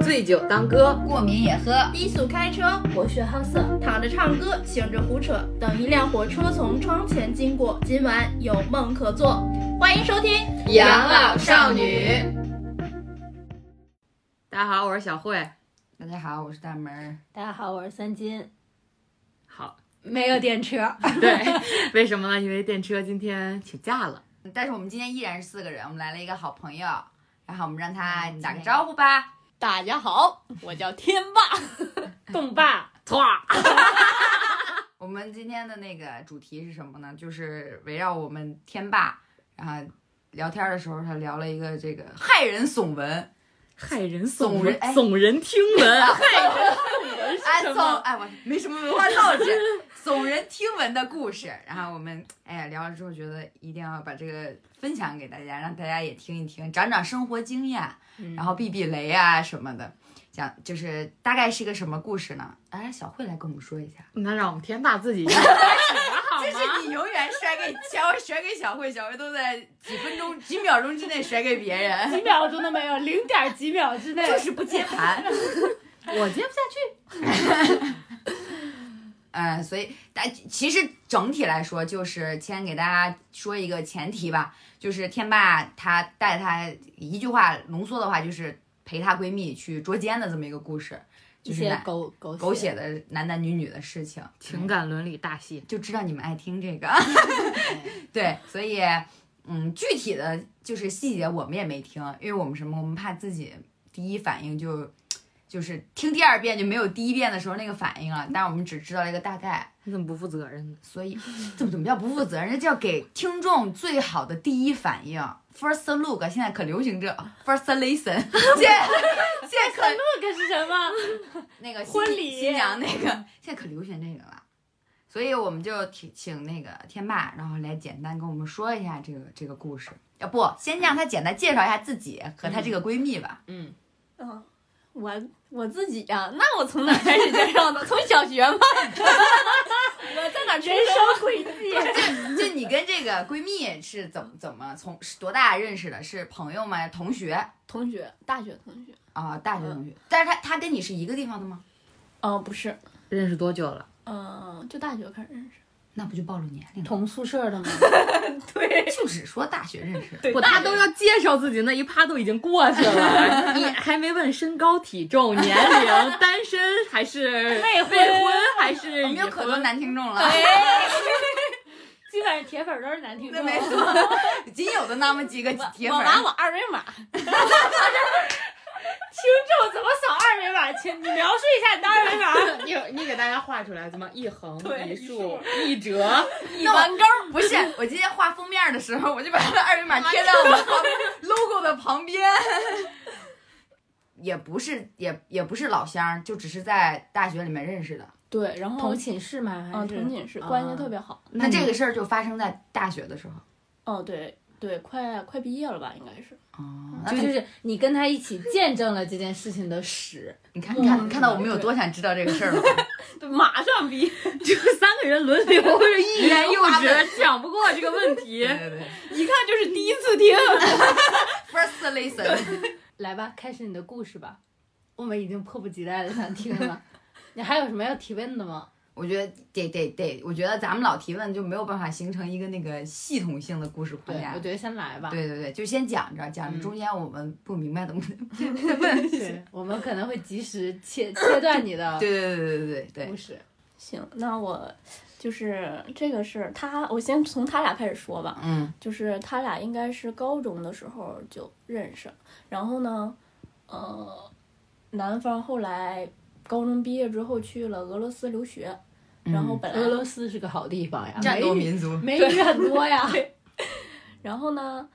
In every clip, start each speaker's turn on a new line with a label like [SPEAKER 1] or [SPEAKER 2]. [SPEAKER 1] 醉酒当歌，
[SPEAKER 2] 过敏也喝。
[SPEAKER 3] 低速开车，博学好色，躺着唱歌，醒着胡扯。等一辆火车从窗前经过，今晚有梦可做。欢迎收听《
[SPEAKER 1] 养老少女》。大家好，我是小慧。
[SPEAKER 2] 大家好，我是大门儿。
[SPEAKER 4] 大家好，我是三金。
[SPEAKER 1] 好，
[SPEAKER 4] 没有电车，
[SPEAKER 1] 对，为什么呢？因为电车今天请假了。
[SPEAKER 2] 但是我们今天依然是四个人，我们来了一个好朋友，然后我们让他打个招呼吧。
[SPEAKER 5] 大家好，我叫天霸，
[SPEAKER 4] 动霸。
[SPEAKER 1] 唰，
[SPEAKER 2] 我们今天的那个主题是什么呢？就是围绕我们天霸，然后聊天的时候他聊了一个这个骇人耸闻。
[SPEAKER 1] 骇人耸
[SPEAKER 2] 耸人哎
[SPEAKER 1] 耸人听 闻。
[SPEAKER 2] 哎，耸哎，我没什么文化素质，耸人听闻的故事。然后我们哎呀聊了之后，觉得一定要把这个分享给大家，让大家也听一听，长长生活经验，然后避避雷啊什么的。讲就是大概是个什么故事呢？哎，小慧来跟我们说一下。
[SPEAKER 1] 那让我们天霸自己开始吧， 好
[SPEAKER 2] 这
[SPEAKER 1] 吗？
[SPEAKER 2] 是你永远甩给小慧，甩给小慧，小慧都在几分钟、几秒钟之内甩给别人，
[SPEAKER 4] 几秒钟都没有，零点几秒之内。
[SPEAKER 2] 就是不接盘。
[SPEAKER 1] 我接不下去。
[SPEAKER 2] 呃，所以大其实整体来说，就是先给大家说一个前提吧，就是天霸他带他一句话浓缩的话，就是陪她闺蜜去捉奸的这么一个故事，
[SPEAKER 4] 一
[SPEAKER 2] 就是
[SPEAKER 4] 些
[SPEAKER 2] 男
[SPEAKER 4] 狗狗嗯
[SPEAKER 2] 狗血的男男女女的事情，
[SPEAKER 1] 情感伦理大戏，
[SPEAKER 2] 就知道你们爱听 这个，对，所以嗯，具体的就是细节我们也没听，因为我们什么，我们怕自己第一反应就就是听第二遍就没有第一遍的时候那个反应了，但是我们只知道了一个大概。
[SPEAKER 1] 你怎么不负责任呢？
[SPEAKER 2] 所以怎么怎么叫不负责任？这叫给听众最好的第一反应。First look，现在可流行这 first listen，现 在现在可
[SPEAKER 4] 这个是什么？
[SPEAKER 2] 那个新
[SPEAKER 4] 婚礼
[SPEAKER 2] 新娘那个，现在可流行这个了。所以我们就请请那个天霸，然后来简单跟我们说一下这个这个故事。要不先让她简单介绍一下自己和她这个闺蜜吧。
[SPEAKER 1] 嗯，
[SPEAKER 5] 嗯，我我自己呀、那我从哪开始介绍呢？从小学吗？我在哪出
[SPEAKER 4] 人
[SPEAKER 5] 生？
[SPEAKER 4] 生轨迹。
[SPEAKER 2] 就你跟这个闺蜜是怎么怎么从是多大认识的？是朋友吗？同学
[SPEAKER 5] 同学，大学同学。
[SPEAKER 2] 啊、大学同学。但是她她跟你是一个地方的吗？
[SPEAKER 5] 嗯、不是，
[SPEAKER 1] 认识多久了？
[SPEAKER 5] 嗯、就大学开始认识。
[SPEAKER 2] 那不就暴露年龄了？
[SPEAKER 4] 同宿舍的吗？
[SPEAKER 2] 就只说大学认识，
[SPEAKER 1] 我大都要介绍自己那一趴都已经过去 了，你还没问身高、体重、年龄、单身还是
[SPEAKER 4] 未婚
[SPEAKER 1] 婚还是
[SPEAKER 2] 我们
[SPEAKER 1] 已
[SPEAKER 2] 有可多
[SPEAKER 1] 婚？
[SPEAKER 2] 男听众了，
[SPEAKER 4] 基本上铁粉都是男听
[SPEAKER 2] 那
[SPEAKER 4] 众。
[SPEAKER 2] 没错，仅有的那么几个铁
[SPEAKER 5] 我
[SPEAKER 2] 粉。
[SPEAKER 5] 拿我二维 码，
[SPEAKER 4] 听众怎么扫二维码？请你描述一下你的二维码。
[SPEAKER 1] 你你给大家画出来怎么一横
[SPEAKER 4] 对
[SPEAKER 1] 一
[SPEAKER 4] 一
[SPEAKER 1] 竖
[SPEAKER 4] 竖
[SPEAKER 1] 一折？
[SPEAKER 5] 一弯钩。
[SPEAKER 2] 不是，我今天画封面的时候，我就把它二维码贴在我们旁 logo 的旁边。也不是，也也不是老乡，就只是在大学里面认识的。
[SPEAKER 5] 对，然后
[SPEAKER 4] 同寝室吗？还
[SPEAKER 5] 嗯，
[SPEAKER 4] 是
[SPEAKER 5] 同寝室关系特别好。
[SPEAKER 2] 那这
[SPEAKER 1] 你
[SPEAKER 2] 个事儿就发生在大学的时候。
[SPEAKER 5] 哦，对对，快快毕业了吧，应该嗯是。
[SPEAKER 2] 哦，
[SPEAKER 4] 就就是你跟他一起见证了这件事情的始。
[SPEAKER 2] 你看，你看，看到我
[SPEAKER 5] 嗯
[SPEAKER 2] 们有多想知道这个事儿了吗？
[SPEAKER 5] 对，马上 毕业。
[SPEAKER 1] 这三个人轮 流着欲言又
[SPEAKER 2] 发
[SPEAKER 1] 止，讲不过这个问题
[SPEAKER 2] 对。对对
[SPEAKER 5] 一看就是第一次听。
[SPEAKER 2] ，first listen，
[SPEAKER 4] 来吧，开始你的故事吧。我们已经迫不及待的想听 了。你还有什么要提问的吗？
[SPEAKER 2] 我觉得得得得，我觉得咱们老提问就没有办法形成一个那个系统性的故事框
[SPEAKER 4] 对，
[SPEAKER 2] 架
[SPEAKER 4] 我。觉得先来吧。
[SPEAKER 2] 对对对，就先讲着讲着，
[SPEAKER 1] 嗯
[SPEAKER 2] 中间我们不明白的，我们
[SPEAKER 4] 对，我们可能会及时切切断你的
[SPEAKER 2] 对对对对对对
[SPEAKER 4] 故事。
[SPEAKER 5] 行，那我就是这个是他，我先从他俩开始说吧。
[SPEAKER 2] 嗯，
[SPEAKER 5] 就是他俩应该是高中的时候就认识，然后呢，呃，男方后来高中毕业之后去了俄罗斯留学，然后本来、
[SPEAKER 4] 嗯俄罗斯是个好地方呀，
[SPEAKER 2] 战
[SPEAKER 4] 美
[SPEAKER 2] 斗
[SPEAKER 4] 女
[SPEAKER 2] 民 族，
[SPEAKER 4] 美女很多呀。
[SPEAKER 5] 然后呢，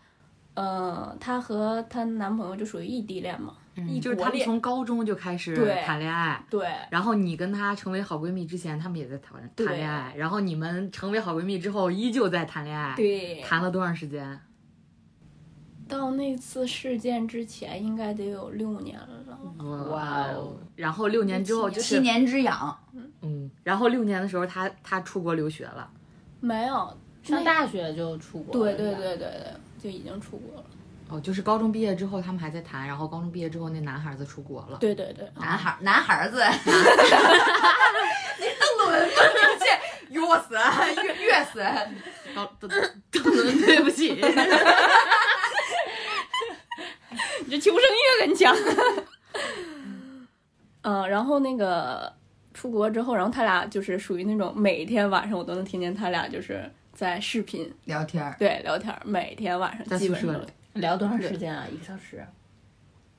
[SPEAKER 5] 呃，她和她男朋友就属于异地恋嘛，
[SPEAKER 4] 嗯
[SPEAKER 5] 异
[SPEAKER 1] 就是
[SPEAKER 5] 国
[SPEAKER 1] 他们
[SPEAKER 5] 恋，
[SPEAKER 1] 从高中就开始
[SPEAKER 5] 对
[SPEAKER 1] 谈恋爱，
[SPEAKER 5] 对
[SPEAKER 1] 然后你跟她成为好闺蜜之前，他们也在谈
[SPEAKER 5] 对
[SPEAKER 1] 谈恋爱，然后你们成为好闺蜜之后，依旧在谈恋爱，
[SPEAKER 5] 对，
[SPEAKER 1] 谈了多长时间？
[SPEAKER 5] 到那次事件之前应该得有六年了，
[SPEAKER 1] 哇
[SPEAKER 4] 哦！
[SPEAKER 1] 嗯然后六年之后就
[SPEAKER 2] 七
[SPEAKER 1] 是
[SPEAKER 2] 年之痒，
[SPEAKER 1] 嗯，然后六年的时候他他出国留学了，
[SPEAKER 5] 没有那
[SPEAKER 4] 上大学就出国了，
[SPEAKER 5] 对对
[SPEAKER 4] 是吧，
[SPEAKER 5] 对对对，就已经出国了。
[SPEAKER 1] 哦，就是高中毕业之后他们还在谈，然后高中毕业之后那男孩子出国了，
[SPEAKER 5] 对对
[SPEAKER 4] 哦
[SPEAKER 5] 对，
[SPEAKER 2] 男
[SPEAKER 4] 嗯
[SPEAKER 2] 孩男孩 子， 你邓伦这 约我死， 约约死，啊
[SPEAKER 1] 高 邓邓伦对不 起，
[SPEAKER 5] 你这求生欲啊跟你讲。 嗯、然后那个出国之后，然后他俩就是属于那种每天晚上我都能听见他俩就是在视频
[SPEAKER 2] 聊天儿
[SPEAKER 5] 对聊天儿，每天晚
[SPEAKER 1] 在
[SPEAKER 5] 上基
[SPEAKER 1] 宿
[SPEAKER 5] 本上
[SPEAKER 1] 舍
[SPEAKER 5] 都
[SPEAKER 1] 里。
[SPEAKER 4] 聊多长时间啊？一个小时。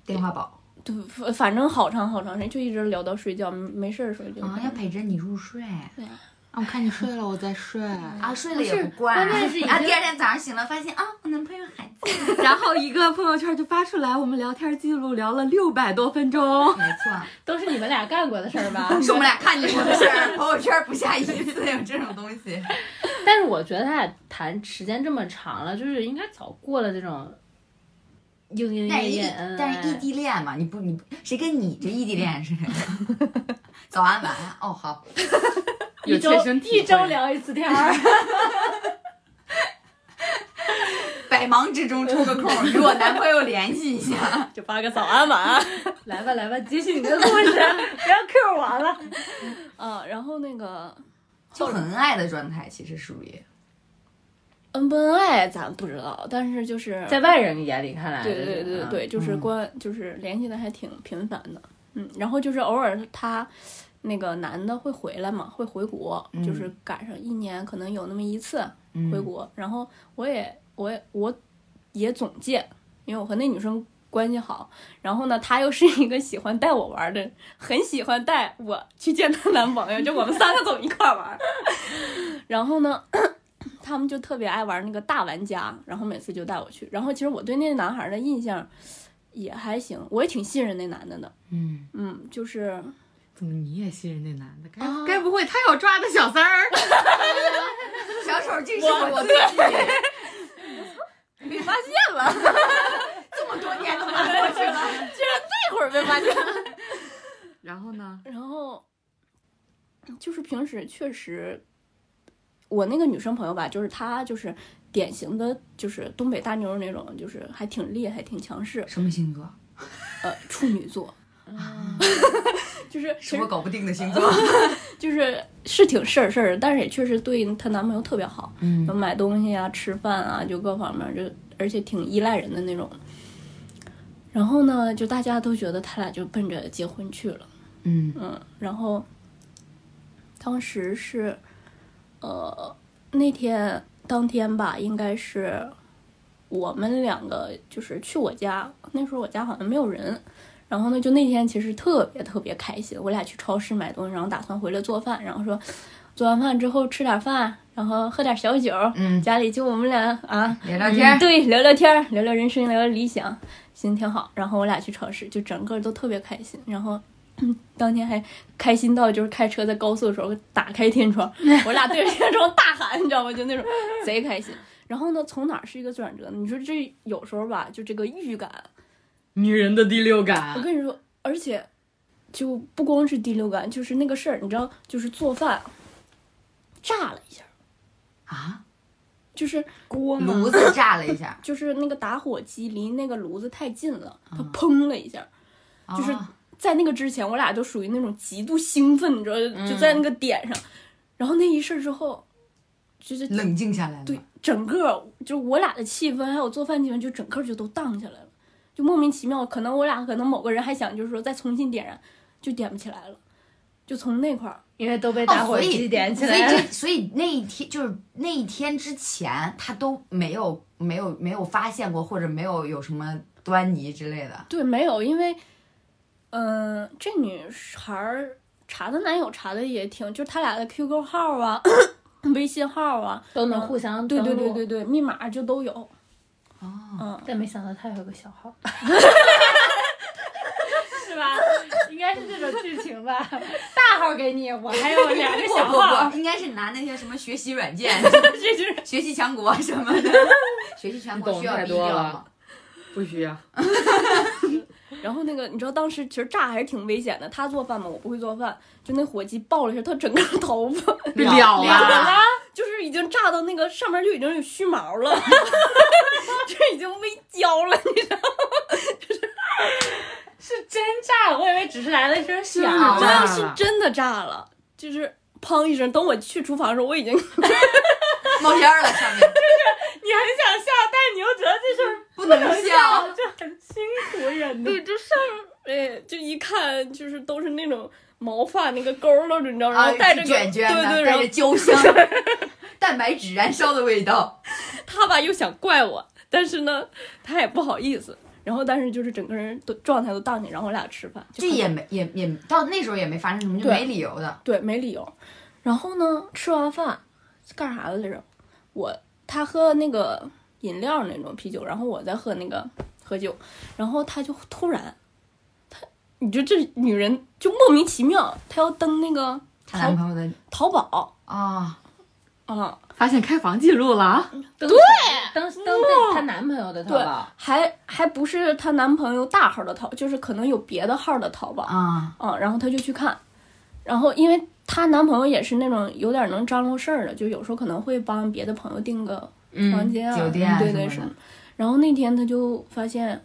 [SPEAKER 2] 电话煲
[SPEAKER 5] 对，反反正好长好长时间，就一直聊到睡觉，没没事儿的时候 就。
[SPEAKER 2] 啊，要陪着你入睡。
[SPEAKER 1] 啊，我看你睡了，我在 睡，
[SPEAKER 2] 啊，睡了也
[SPEAKER 4] 是
[SPEAKER 2] 不关，
[SPEAKER 4] 关键是已
[SPEAKER 2] 啊，
[SPEAKER 4] 经
[SPEAKER 2] 第二天早上醒了，发现啊，我男朋友还在。
[SPEAKER 1] 然后一个朋友圈就发出来，我们聊天记录聊了六百多分钟，
[SPEAKER 2] 没 错，
[SPEAKER 4] 都是你们俩干过的事儿吧？
[SPEAKER 2] 是我们俩看见过的事 儿，朋友圈不下一次有这种东西。
[SPEAKER 4] 但是我觉得他俩谈时间这么长了，就是应该早过了这种莺莺
[SPEAKER 2] 但是
[SPEAKER 4] 燕
[SPEAKER 2] 异
[SPEAKER 4] 燕嗯哎恩，
[SPEAKER 2] 但是异地恋嘛，你不你不谁跟你这异地恋似的？ 早安晚安哦，好，
[SPEAKER 1] 有
[SPEAKER 4] 一周
[SPEAKER 1] 切身体
[SPEAKER 4] 一周
[SPEAKER 1] 会
[SPEAKER 4] 聊一次天 儿。
[SPEAKER 2] 百忙之中抽个空与我男朋友联系一 下。
[SPEAKER 5] 就发个早安晚安。
[SPEAKER 4] 来吧来吧，接续你的故 事，不要 Q 我了。
[SPEAKER 5] 嗯，然后那个
[SPEAKER 2] 就很恩爱的状态，其实属于
[SPEAKER 5] 恩不恩爱咱不知道，但是就是
[SPEAKER 4] 在外人眼里看来，啊
[SPEAKER 5] 对对
[SPEAKER 1] 啊
[SPEAKER 5] 对对，就是
[SPEAKER 1] 嗯
[SPEAKER 5] 关、就是联系的还挺频繁的，嗯，然后就是偶尔他那个男的会回来嘛，会回国，
[SPEAKER 2] 嗯
[SPEAKER 5] 就是赶上一年可能有那么一次
[SPEAKER 2] 嗯
[SPEAKER 5] 回国，然后我也我也我也总见，因为我和那女生。关系好，然后呢，她又是一个喜欢带我玩的，很喜欢带我去见她男朋友，就我们三个总一块儿玩儿。 然后呢，他们就特别爱玩那个大玩家，然后每次就带我去。然后其实我对那男孩的印象也还行，我也挺信任那男的的。
[SPEAKER 1] 嗯，
[SPEAKER 5] 嗯，就是
[SPEAKER 1] 怎么你也信任那男的？该、
[SPEAKER 5] 啊
[SPEAKER 1] 该不会他要抓的小三 儿？
[SPEAKER 2] 小丑竟是我自己，
[SPEAKER 5] 被发现了，
[SPEAKER 2] 这么多年都瞒 过去了。
[SPEAKER 5] 那会儿被发现。
[SPEAKER 1] 然后呢？
[SPEAKER 5] 然后就是平时确实，我那个女生朋友吧，就是她就是典型的就是东北大妞儿那种，就是还挺厉害，挺强势，
[SPEAKER 2] 什么嗯星座？
[SPEAKER 5] 呃，处女座。 就是其
[SPEAKER 2] 是
[SPEAKER 5] 实
[SPEAKER 2] 我搞不定的星座。
[SPEAKER 5] 就是是挺事儿事儿的，但是也确实对她男朋友特别好，
[SPEAKER 2] 嗯
[SPEAKER 5] 就买东西啊、吃饭啊，就各方面儿就，而且挺依赖人的那种。然后呢，就大家都觉得他俩就奔着结婚去了，
[SPEAKER 2] 嗯
[SPEAKER 5] 嗯，然后当时是，呃，那天当天吧，应该是我们两个就是去我家，那时候我家好像没有人，然后呢，就那天其实特别特别开心，我俩去超市买东西，然后打算回来做饭，然后说做完饭之后吃点饭，然后喝点小酒，
[SPEAKER 2] 嗯，
[SPEAKER 5] 家里就我们俩啊，
[SPEAKER 2] 聊聊天儿。
[SPEAKER 5] 对，聊聊天儿，聊聊人生，聊聊理想，心情挺好。然后我俩去超市，就整个都特别开心。然后。嗯当天还开心到就是开车在高速的时候打开天窗，我俩对着天窗大喊，你知道吗？就那种贼开心。然后呢，从哪儿是一个转折呢？你说这有时候吧，就这个预感，
[SPEAKER 1] 女人的第六
[SPEAKER 5] 我
[SPEAKER 2] 啊
[SPEAKER 1] 感，
[SPEAKER 5] 跟你说，而且就不光是第六感，就是那个事儿，你知道，就是做饭炸了一下，
[SPEAKER 2] 啊，
[SPEAKER 5] 就是
[SPEAKER 1] 锅
[SPEAKER 2] 炉子炸了一下，
[SPEAKER 5] 就是那个打火机离那个炉子太近了，它砰了一下。就是
[SPEAKER 2] 啊
[SPEAKER 5] 在那个之前，我俩就属于那种极度兴奋，你知道，就在
[SPEAKER 2] 嗯
[SPEAKER 5] 那个点上。然后那一事儿之后，就是
[SPEAKER 2] 冷静下来了。
[SPEAKER 5] 对，整个就我俩的气氛，还有做饭气氛，就整个就都荡下来了，就莫名其妙。可能我俩可能某个人还想就是说再重新点燃，就点不起来了，就从那块儿。
[SPEAKER 4] 因为都被
[SPEAKER 2] 哦
[SPEAKER 4] 打火机点起
[SPEAKER 2] 所以
[SPEAKER 4] 来了。
[SPEAKER 2] 这，所以那一天就是那一天之前，他都没有没有没有发现过，或者没有有什么端倪之类的。
[SPEAKER 5] 对，没有，因为，嗯、这女孩儿查她男友查的也挺，就他俩的 QQ 号啊、 微信号啊，
[SPEAKER 4] 都能互相
[SPEAKER 5] 对对
[SPEAKER 4] 登
[SPEAKER 5] 对
[SPEAKER 4] 录
[SPEAKER 5] 对，对，密码就都有。
[SPEAKER 2] 哦，
[SPEAKER 5] 嗯，
[SPEAKER 4] 但没想到他有个小 号，是吧？应该是这种剧情吧？ 大号给你，我还有两个
[SPEAKER 2] 不
[SPEAKER 4] 小号
[SPEAKER 2] 不，不，应该是拿那些什么学习软件，
[SPEAKER 5] 这就是
[SPEAKER 2] 学习强国什么 的。学习强国需要
[SPEAKER 1] 你懂太
[SPEAKER 2] 低
[SPEAKER 1] 多
[SPEAKER 2] 调
[SPEAKER 1] 了
[SPEAKER 2] 吗？
[SPEAKER 1] 不需要。
[SPEAKER 5] 然后那个，你知道当时其实炸还是挺危险的。他做饭嘛，我不会做饭，就那火机爆了一下，他整个头发
[SPEAKER 1] 被了
[SPEAKER 2] 了
[SPEAKER 5] 啊
[SPEAKER 1] 了，
[SPEAKER 5] 就是已经炸到那个上面就已经有须毛了，就已经微焦了，你
[SPEAKER 1] 真是炸
[SPEAKER 2] 炸了
[SPEAKER 5] 真的是真的炸了，就是砰一声。等我去厨房的时候，我已经 你很
[SPEAKER 2] 冒烟儿了，下 面
[SPEAKER 4] 想笑，但是你又觉得这事儿
[SPEAKER 2] 不能笑。啊
[SPEAKER 4] 这很辛苦人的。
[SPEAKER 5] 对，就上哎，就一看就是都是那种毛发那个勾儿着，你知道，然后带着
[SPEAKER 2] 啊
[SPEAKER 5] 个
[SPEAKER 2] 卷卷的，
[SPEAKER 5] 对对，然
[SPEAKER 2] 带
[SPEAKER 5] 后
[SPEAKER 2] 着焦香， 蛋白质燃烧的味道。
[SPEAKER 5] 他吧又想怪我，但是呢，他也不好意思。然后，但是就是整个人都状态都荡起，然后我俩吃饭，就
[SPEAKER 2] 这也没也也到那时候也没发生什么，就
[SPEAKER 5] 对
[SPEAKER 2] 没理由的。
[SPEAKER 5] 对，没理由。然后呢，吃完饭干啥来着？我他喝那个饮料那种啤酒，然后我在喝那个喝酒，然后他就突然，他你说这女人就莫名其妙，她要登那个
[SPEAKER 2] 她男朋友的
[SPEAKER 5] 淘宝
[SPEAKER 2] 啊，
[SPEAKER 5] 啊，
[SPEAKER 1] 发现开房记录了啊！
[SPEAKER 4] 对，当当在她男朋友的淘
[SPEAKER 5] 对
[SPEAKER 4] 宝，
[SPEAKER 5] 还还不是她男朋友大号的淘，就是可能有别的号的淘宝
[SPEAKER 2] 啊，
[SPEAKER 5] 啊，然后她就去看，然后因为她男朋友也是那种有点能张罗事儿的，就有时候可能会帮别的朋友订个房
[SPEAKER 2] 嗯，
[SPEAKER 5] 间啊，
[SPEAKER 2] 酒店啊
[SPEAKER 5] 对对
[SPEAKER 2] 什
[SPEAKER 5] 是
[SPEAKER 2] 么的。。
[SPEAKER 5] 然后那天她就发现，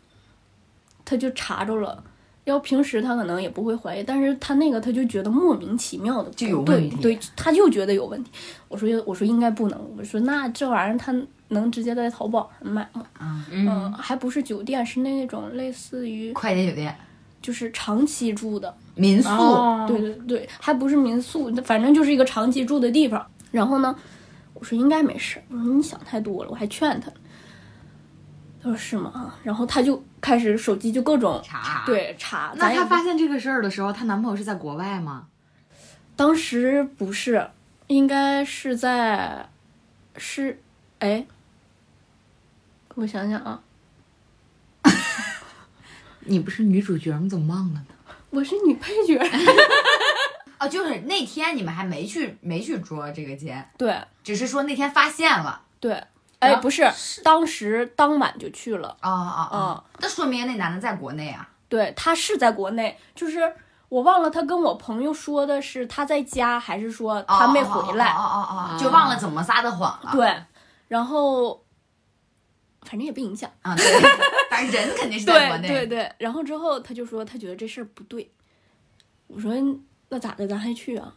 [SPEAKER 5] 她就查着了。要平时她可能也不会怀疑，但是她那个她就觉得莫名其妙的
[SPEAKER 2] 就有
[SPEAKER 5] 对
[SPEAKER 2] 问题
[SPEAKER 5] 对，她就觉得有问题。我说我说应该不能，我说那这玩意儿她能直接在淘宝上买吗？
[SPEAKER 2] 啊
[SPEAKER 5] 嗯，还不是酒店，是那种类似于
[SPEAKER 2] 快捷酒店、
[SPEAKER 5] 就是长期住的，
[SPEAKER 2] 民
[SPEAKER 4] 嗯
[SPEAKER 2] 宿，
[SPEAKER 1] 哦
[SPEAKER 4] 哦
[SPEAKER 5] 对对对，还不是民宿，反正就是一个长期住的地方。然后呢，我说应该没事，我说你想太多了，我还劝他。他说是吗？啊，然后他就开始手机就各种
[SPEAKER 2] 查，
[SPEAKER 5] 对查，咱
[SPEAKER 1] 那
[SPEAKER 5] 也
[SPEAKER 1] 她
[SPEAKER 5] 不
[SPEAKER 1] 发现这个事儿的时候，她男朋友是在国外吗？
[SPEAKER 5] 当时不是，应该是在是哎，我想想啊，
[SPEAKER 1] 你不是女主角吗？怎么忘了呢？
[SPEAKER 5] 我是女配角，
[SPEAKER 2] 哦，就是那天你们还没去没去捉这个奸，
[SPEAKER 5] 对
[SPEAKER 2] 只是说那天发现了。
[SPEAKER 5] 对，哎不是，当时当晚就去了。
[SPEAKER 2] 哦哦
[SPEAKER 5] 啊
[SPEAKER 2] 哦，那说明那男的在国内啊。
[SPEAKER 5] 对，他是在国内，就是我忘了他跟我朋友说的是他在家，还是说
[SPEAKER 2] 哦
[SPEAKER 5] 他没回来。
[SPEAKER 2] 哦
[SPEAKER 5] 嗯
[SPEAKER 2] 哦哦哦，哦就忘了怎么撒的谎了。
[SPEAKER 5] 对，然后反正也不影响。
[SPEAKER 2] 啊，对，反正人肯定是在国内。
[SPEAKER 5] 对对，然后之后他就说他觉得这事儿不对，我说那咋的，咱还去啊？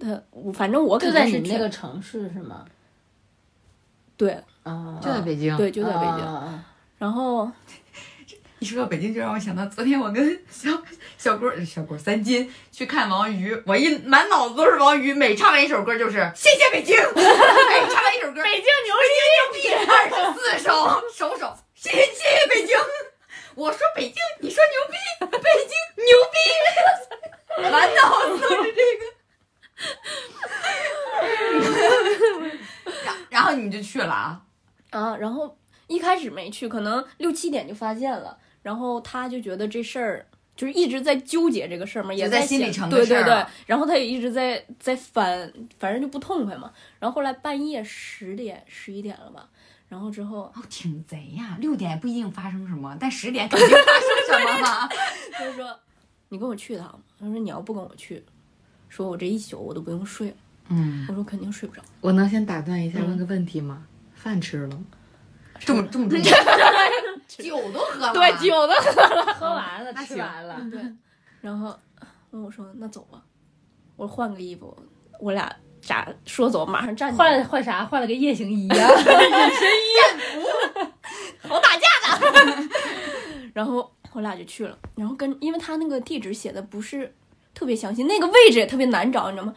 [SPEAKER 5] 他我反正我
[SPEAKER 4] 就
[SPEAKER 5] 肯定
[SPEAKER 4] 在
[SPEAKER 5] 是
[SPEAKER 4] 你们
[SPEAKER 5] 去
[SPEAKER 4] 那个城市是吗？
[SPEAKER 5] 对
[SPEAKER 4] 啊，
[SPEAKER 1] 就在北京。
[SPEAKER 5] 对就在北京，
[SPEAKER 2] 嗯
[SPEAKER 4] 啊
[SPEAKER 5] 然后
[SPEAKER 2] 一说到北京，就让我想到昨天我跟小小郭小郭三金去看王宇，我一满脑子都是王宇，每唱完一首歌就是谢谢 北京，每唱完一首歌，北京牛逼，牛逼二十四首，首首谢谢谢谢北京。我说北京，你说牛逼，北京牛逼，满脑子都是这个。然然后你们就去了啊？
[SPEAKER 5] 啊，然后一开始没去，可能六七点就发现了，然后他就觉得这事儿就是一直在纠结这个事儿嘛，也
[SPEAKER 2] 就在
[SPEAKER 5] 想
[SPEAKER 2] 心里成个
[SPEAKER 5] 对
[SPEAKER 2] 事
[SPEAKER 5] 对
[SPEAKER 2] 儿
[SPEAKER 5] 对
[SPEAKER 2] 了，
[SPEAKER 5] 然后他也一直在在翻，反正就不痛快嘛。然后后来半夜十点十一点了吧，然后之后
[SPEAKER 2] 哦，挺贼呀！六点也不一定发生什么，但十点肯定发生什么了。
[SPEAKER 5] 他就说：“你跟我去一趟。”他说：“你要不跟我去，说我这一宿我都不用睡了。”
[SPEAKER 2] 嗯，
[SPEAKER 5] 我说肯定睡不着。
[SPEAKER 1] 我能先打断一下，问个问题吗？饭吃了吗？
[SPEAKER 2] 这么这么重，酒都喝了，
[SPEAKER 5] 对，酒的。
[SPEAKER 4] 啊喝完了，
[SPEAKER 2] 那
[SPEAKER 4] 吃
[SPEAKER 2] 行
[SPEAKER 4] 完了，
[SPEAKER 5] 对，然后问我说：“那走吧。”我说：“换个衣服。”我俩咋说走，马上站起来。
[SPEAKER 4] 换换啥？换了个夜行衣啊！
[SPEAKER 5] 好打架 的。然后我俩就去了，然后跟因为他那个地址写的不是特别详细，那个位置也特别难找，你知道吗？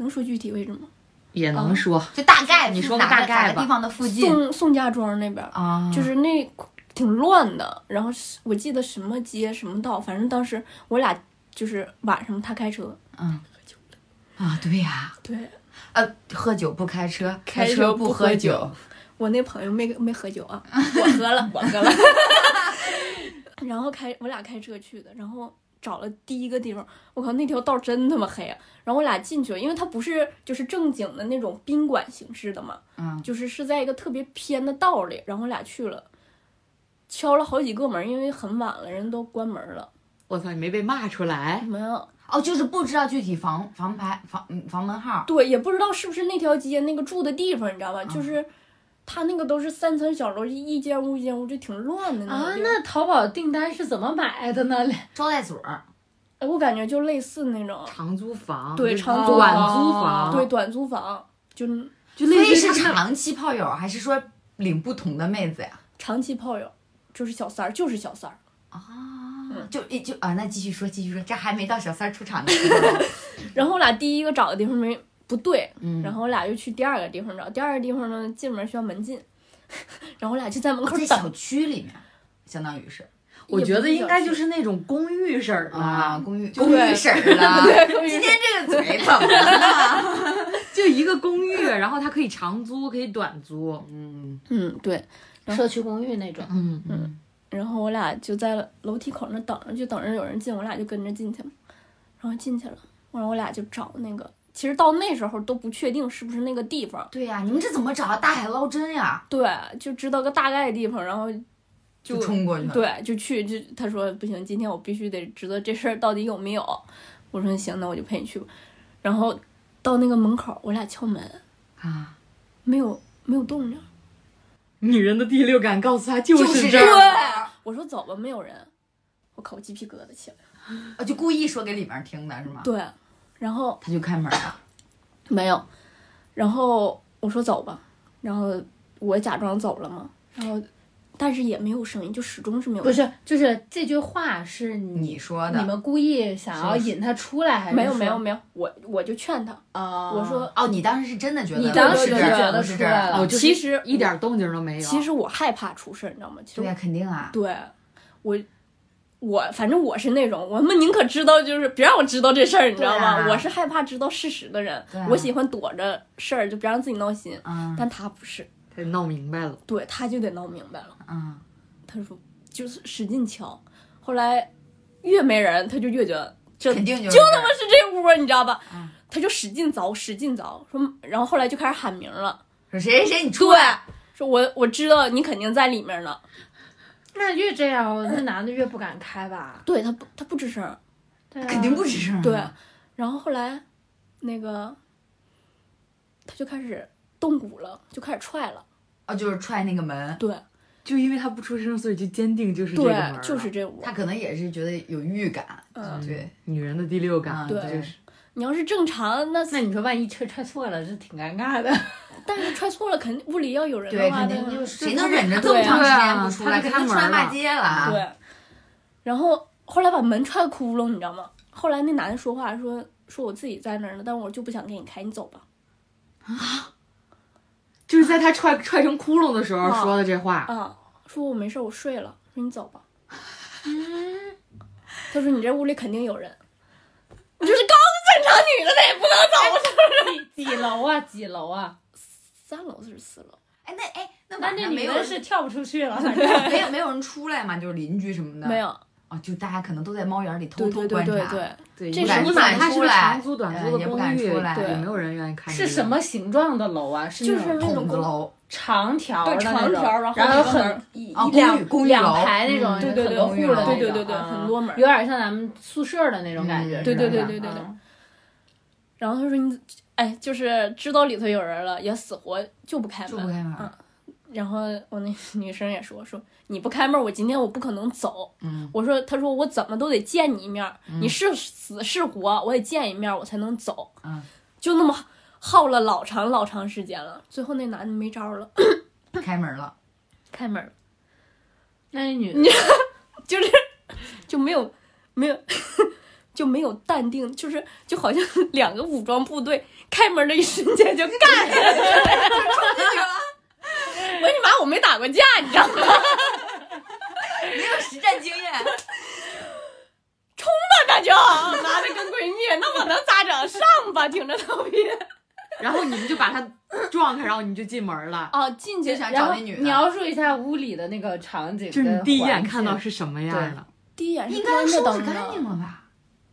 [SPEAKER 5] 能说具体位置吗？
[SPEAKER 1] 也
[SPEAKER 5] 哦
[SPEAKER 1] 能说。
[SPEAKER 2] 就大概
[SPEAKER 1] 你
[SPEAKER 2] 是
[SPEAKER 1] 说个
[SPEAKER 2] 哪
[SPEAKER 1] 大
[SPEAKER 2] 个
[SPEAKER 1] 概
[SPEAKER 2] 哪个
[SPEAKER 1] 吧
[SPEAKER 2] 地方的附近
[SPEAKER 5] 宋宋家庄那边儿，
[SPEAKER 2] 啊
[SPEAKER 5] 就是那挺乱的。然后是我记得什么街什么道，反正当时我俩就是晚上他开车，
[SPEAKER 2] 嗯啊，对呀，
[SPEAKER 5] 对
[SPEAKER 2] 呃，喝酒不开车，
[SPEAKER 5] 开车
[SPEAKER 2] 车
[SPEAKER 5] 不
[SPEAKER 2] 喝
[SPEAKER 5] 喝酒，我那朋友没没喝酒啊，我喝了，我喝了。然后开我俩开车去的，然后找了第一个地方，我靠，那条道真他妈黑啊！然后我俩进去了，因为它不是就是正经的那种宾馆形式的嘛，
[SPEAKER 2] 嗯，
[SPEAKER 5] 就是是在一个特别偏的道里，然后我俩去了，敲了好几个门，因为很晚了，人都关门了。
[SPEAKER 1] 我操，你没被骂出来？
[SPEAKER 5] 没有，
[SPEAKER 2] 哦，就是不知道具体房房牌房嗯房门号，
[SPEAKER 5] 对，也不知道是不是那条街那个住的地方，你知道吧？
[SPEAKER 1] 嗯
[SPEAKER 5] 就是。它那个都是三层小楼，一间屋一间屋，就挺乱的那种
[SPEAKER 4] 啊，
[SPEAKER 5] 地方
[SPEAKER 4] 那淘宝订单是怎么买的呢？
[SPEAKER 2] 招待所
[SPEAKER 5] 哎我感觉就类似那种，
[SPEAKER 1] 长租房，
[SPEAKER 5] 对
[SPEAKER 1] 就是
[SPEAKER 5] 长租
[SPEAKER 1] 短
[SPEAKER 5] 房
[SPEAKER 1] 租房，
[SPEAKER 5] 对，短租房，就
[SPEAKER 1] 就
[SPEAKER 2] 所
[SPEAKER 1] 类
[SPEAKER 2] 以
[SPEAKER 1] 似于
[SPEAKER 2] 是
[SPEAKER 1] 他们
[SPEAKER 2] 长期炮友，还是说领不同的妹子呀？
[SPEAKER 5] 长期炮友，就是小三儿，就是小三儿。
[SPEAKER 2] 就也就啊，那继续说，继续说，这还没到小三儿出场的时候。
[SPEAKER 5] 然后我俩第一个找的地方没不对，
[SPEAKER 2] 嗯
[SPEAKER 5] 然后我俩又去第二个地方找，第二个地方呢进门需要门禁， 然后我俩就在门口
[SPEAKER 2] 哦在小
[SPEAKER 5] 等。
[SPEAKER 2] 区里面，相当于是
[SPEAKER 1] 我觉得应该就是是那种公寓式儿的，
[SPEAKER 2] 啊，公寓
[SPEAKER 1] 就
[SPEAKER 2] 公寓婶儿了。 今天这个嘴怎么了？
[SPEAKER 1] 就一个公寓， 然后它可以长租，可以短租，
[SPEAKER 2] 嗯
[SPEAKER 5] 嗯对，
[SPEAKER 4] 社区公寓那种，
[SPEAKER 1] 嗯
[SPEAKER 5] 嗯然后我俩就在楼梯口那等着，就等着有人进，我俩就跟着进去了，然后进去了，然后我俩就找那个，其实到那时候都不确定是不是那个地 方，
[SPEAKER 2] 对呀、你们这怎么找啊大海捞针呀？
[SPEAKER 5] 对，就知道个大概地方，然后
[SPEAKER 2] 就冲过去 了。
[SPEAKER 5] 对，就去就他说不行，今天我必须得知道这事儿到底有没有。我说行，那我就陪你去吧。然后到那个门口，我俩敲门，
[SPEAKER 2] 啊，
[SPEAKER 5] 没有没有动静。
[SPEAKER 1] 女人的第六感告诉她就
[SPEAKER 2] 就是
[SPEAKER 1] 这
[SPEAKER 2] 样
[SPEAKER 1] 儿，
[SPEAKER 2] 儿，
[SPEAKER 5] 我说走吧，没有人。我靠，我鸡皮疙瘩起来了。
[SPEAKER 2] 啊就故意说给里面听的是吗？
[SPEAKER 5] 对，然后
[SPEAKER 2] 他就开门了。
[SPEAKER 5] 没有，然后我说走吧，然后我假装走了嘛，然后但是也没有声音，就始终是没有
[SPEAKER 4] 不
[SPEAKER 5] 声音。
[SPEAKER 4] 是，就是这句话是你
[SPEAKER 2] 你说
[SPEAKER 4] 你
[SPEAKER 2] 的
[SPEAKER 4] 们故意想要引他出来，还是
[SPEAKER 5] 没有没有
[SPEAKER 4] 说
[SPEAKER 5] 没有，我我就劝他，
[SPEAKER 4] 啊？
[SPEAKER 5] 我说
[SPEAKER 2] 哦，你当时是真的觉得
[SPEAKER 4] 你当时
[SPEAKER 2] 是
[SPEAKER 4] 就
[SPEAKER 2] 这
[SPEAKER 4] 觉
[SPEAKER 2] 样
[SPEAKER 4] 得
[SPEAKER 2] 是
[SPEAKER 4] 出
[SPEAKER 2] 这样
[SPEAKER 4] 来了，
[SPEAKER 1] 哦，就是
[SPEAKER 5] 其实
[SPEAKER 1] 一点动静都没有。
[SPEAKER 5] 其实我害怕出事儿，你知道吗？其实
[SPEAKER 2] 对
[SPEAKER 5] 我
[SPEAKER 2] 呀、肯定啊。
[SPEAKER 5] 对，我我反正我是那种，我们宁可知道，就是别让我知道这事儿，你知道吗？
[SPEAKER 2] 对啊
[SPEAKER 5] 我是害怕知道事实的人，
[SPEAKER 2] 对啊
[SPEAKER 5] 我喜欢躲着事儿，就别让自己闹心。
[SPEAKER 2] 嗯
[SPEAKER 5] 但他不是，
[SPEAKER 1] 他闹明白了，
[SPEAKER 5] 对，他就得闹明白了。
[SPEAKER 2] 嗯，
[SPEAKER 5] 他说就是使劲敲，后来越没人，他就越觉得 这
[SPEAKER 2] 肯定就是
[SPEAKER 5] 就他妈是这屋儿，你知道吧？
[SPEAKER 2] 嗯
[SPEAKER 5] 他就使劲凿，使劲凿，说，然后后来就开始喊名了，
[SPEAKER 2] 说谁谁谁你出
[SPEAKER 5] 对
[SPEAKER 2] 来，，
[SPEAKER 5] 说我我知道你肯定在里面呢。
[SPEAKER 4] 那越这样，哦那男的越不敢 开吧？
[SPEAKER 5] 对他不，他不吱声儿。
[SPEAKER 4] 对啊
[SPEAKER 2] 肯定不吱声。
[SPEAKER 5] 对，然后后来那个他就开始动骨了，就开始踹了。
[SPEAKER 2] 哦，就是踹那个门，
[SPEAKER 5] 对
[SPEAKER 1] 就因为他不出声，所以就坚定就是这个门
[SPEAKER 5] 对
[SPEAKER 1] 儿，啊
[SPEAKER 5] 就是
[SPEAKER 1] 了
[SPEAKER 5] 这屋
[SPEAKER 2] 他。可能也是觉得有预感，
[SPEAKER 5] 嗯
[SPEAKER 2] 对，
[SPEAKER 1] 女人的第六感，
[SPEAKER 2] 啊
[SPEAKER 5] 对
[SPEAKER 1] 就是
[SPEAKER 5] 你要是正常，那
[SPEAKER 4] 那你说万一踹踹错了，这挺尴尬的。
[SPEAKER 5] 但是踹错了，肯定屋里要有人
[SPEAKER 2] 对，
[SPEAKER 5] 嗯的话，
[SPEAKER 2] 肯
[SPEAKER 5] 那
[SPEAKER 2] 定就是谁能忍着这
[SPEAKER 5] 对
[SPEAKER 2] 么
[SPEAKER 5] 啊
[SPEAKER 2] 长时间不出
[SPEAKER 1] 对
[SPEAKER 2] 来，
[SPEAKER 1] 啊
[SPEAKER 2] 肯
[SPEAKER 1] 他
[SPEAKER 2] 定
[SPEAKER 1] 就
[SPEAKER 2] 出
[SPEAKER 1] 开门了
[SPEAKER 2] 来骂街了啊。
[SPEAKER 5] 对。然后后来把门踹窟窿，你知道吗？后来那男的说话说说我自己在那儿呢，但我就不想给你开，你走吧。
[SPEAKER 1] 就是在他踹踹成窟窿的时候
[SPEAKER 5] 啊
[SPEAKER 1] 说的这话，
[SPEAKER 5] 啊，说我没事，我睡了。说你走吧。他说你这屋里肯定有人。你就是刚正常女的，那也不能
[SPEAKER 4] 几几楼啊？几楼啊？
[SPEAKER 5] 三楼是四楼。
[SPEAKER 2] 哎，那哎，那
[SPEAKER 4] 那
[SPEAKER 2] 晚
[SPEAKER 4] 这
[SPEAKER 2] 上没
[SPEAKER 4] 女
[SPEAKER 2] 有
[SPEAKER 4] 的
[SPEAKER 2] 人
[SPEAKER 4] 是跳不出去了，反 正
[SPEAKER 2] 没有没有人出来嘛，就是邻居什么的。
[SPEAKER 5] 没有，
[SPEAKER 2] 啊，就大家可能都在猫眼里偷
[SPEAKER 5] 对
[SPEAKER 2] 偷
[SPEAKER 5] 对
[SPEAKER 2] 观
[SPEAKER 5] 对
[SPEAKER 2] 察。
[SPEAKER 5] 对对，
[SPEAKER 1] 对，
[SPEAKER 5] 这
[SPEAKER 1] 你
[SPEAKER 5] 是
[SPEAKER 1] 敢
[SPEAKER 5] 不
[SPEAKER 1] 管
[SPEAKER 2] 敢
[SPEAKER 1] 他
[SPEAKER 2] 出
[SPEAKER 1] 是个
[SPEAKER 2] 来
[SPEAKER 1] 长租短
[SPEAKER 2] 呃
[SPEAKER 1] 租的
[SPEAKER 2] 也不
[SPEAKER 1] 公
[SPEAKER 2] 敢
[SPEAKER 1] 寓，
[SPEAKER 2] 出来
[SPEAKER 1] 也
[SPEAKER 5] 对
[SPEAKER 1] 没有人愿意看。
[SPEAKER 4] 是什？么形状的楼啊？是那
[SPEAKER 5] 就是
[SPEAKER 4] 种
[SPEAKER 5] 那种
[SPEAKER 2] 筒子
[SPEAKER 5] 公
[SPEAKER 2] 楼
[SPEAKER 4] 长条
[SPEAKER 5] 对
[SPEAKER 4] 的那
[SPEAKER 5] 长
[SPEAKER 4] 种
[SPEAKER 5] 条，然后
[SPEAKER 4] 然后
[SPEAKER 5] 一个门
[SPEAKER 4] 很
[SPEAKER 5] 儿一
[SPEAKER 2] 啊，
[SPEAKER 5] 一
[SPEAKER 2] 公寓公寓
[SPEAKER 4] 两
[SPEAKER 2] 楼
[SPEAKER 4] 排那种，
[SPEAKER 2] 嗯
[SPEAKER 5] 对对
[SPEAKER 4] 很
[SPEAKER 5] 对
[SPEAKER 4] 多
[SPEAKER 2] 公寓
[SPEAKER 4] 户的
[SPEAKER 2] 楼
[SPEAKER 4] 那
[SPEAKER 5] 对对
[SPEAKER 4] 种
[SPEAKER 5] 对对，
[SPEAKER 4] 啊
[SPEAKER 5] 很多门儿。
[SPEAKER 4] 有点像咱们宿舍的那种感觉。
[SPEAKER 2] 嗯
[SPEAKER 5] 对对对
[SPEAKER 2] 是吧
[SPEAKER 5] 对对对。
[SPEAKER 4] 嗯
[SPEAKER 5] 然后他说你，哎，就是知道里头有人了，也死活就不开
[SPEAKER 2] 就不开
[SPEAKER 5] 门。
[SPEAKER 2] 门。
[SPEAKER 5] 嗯然后我那女生也说说你不开门，我今天我不可能走。
[SPEAKER 2] 嗯，
[SPEAKER 5] 我说，他说我怎么都得见你一面儿，
[SPEAKER 2] 嗯
[SPEAKER 5] 你是死是活，我得见一面儿我才能走。
[SPEAKER 2] 嗯
[SPEAKER 5] 就那么耗了老长老长时间了，最后那男的没招儿了，
[SPEAKER 2] 开门了。
[SPEAKER 5] 开门了，
[SPEAKER 4] 那那女的
[SPEAKER 5] 就是就没有没有 就没有淡定，就是就好像 两个武装部队开门的一瞬间就干了， 我说你妈我没打过架，你知道吗？
[SPEAKER 2] 没有实战经验，
[SPEAKER 5] 那就拿着跟闺蜜，那我能咋整？上吧，挺着头皮。
[SPEAKER 1] 然后你们就把他撞开，然后你就进门了。
[SPEAKER 5] 哦，进去
[SPEAKER 2] 就想
[SPEAKER 5] 然
[SPEAKER 2] 找
[SPEAKER 5] 后
[SPEAKER 2] 那女的。
[SPEAKER 4] 描述一下屋里的那个场景，
[SPEAKER 1] 就是你第一眼看到。是什么样的？
[SPEAKER 5] 第一眼是
[SPEAKER 2] 应该
[SPEAKER 5] 关着
[SPEAKER 2] 收
[SPEAKER 5] 灯
[SPEAKER 2] 拾干净
[SPEAKER 5] 的，
[SPEAKER 2] 了吧？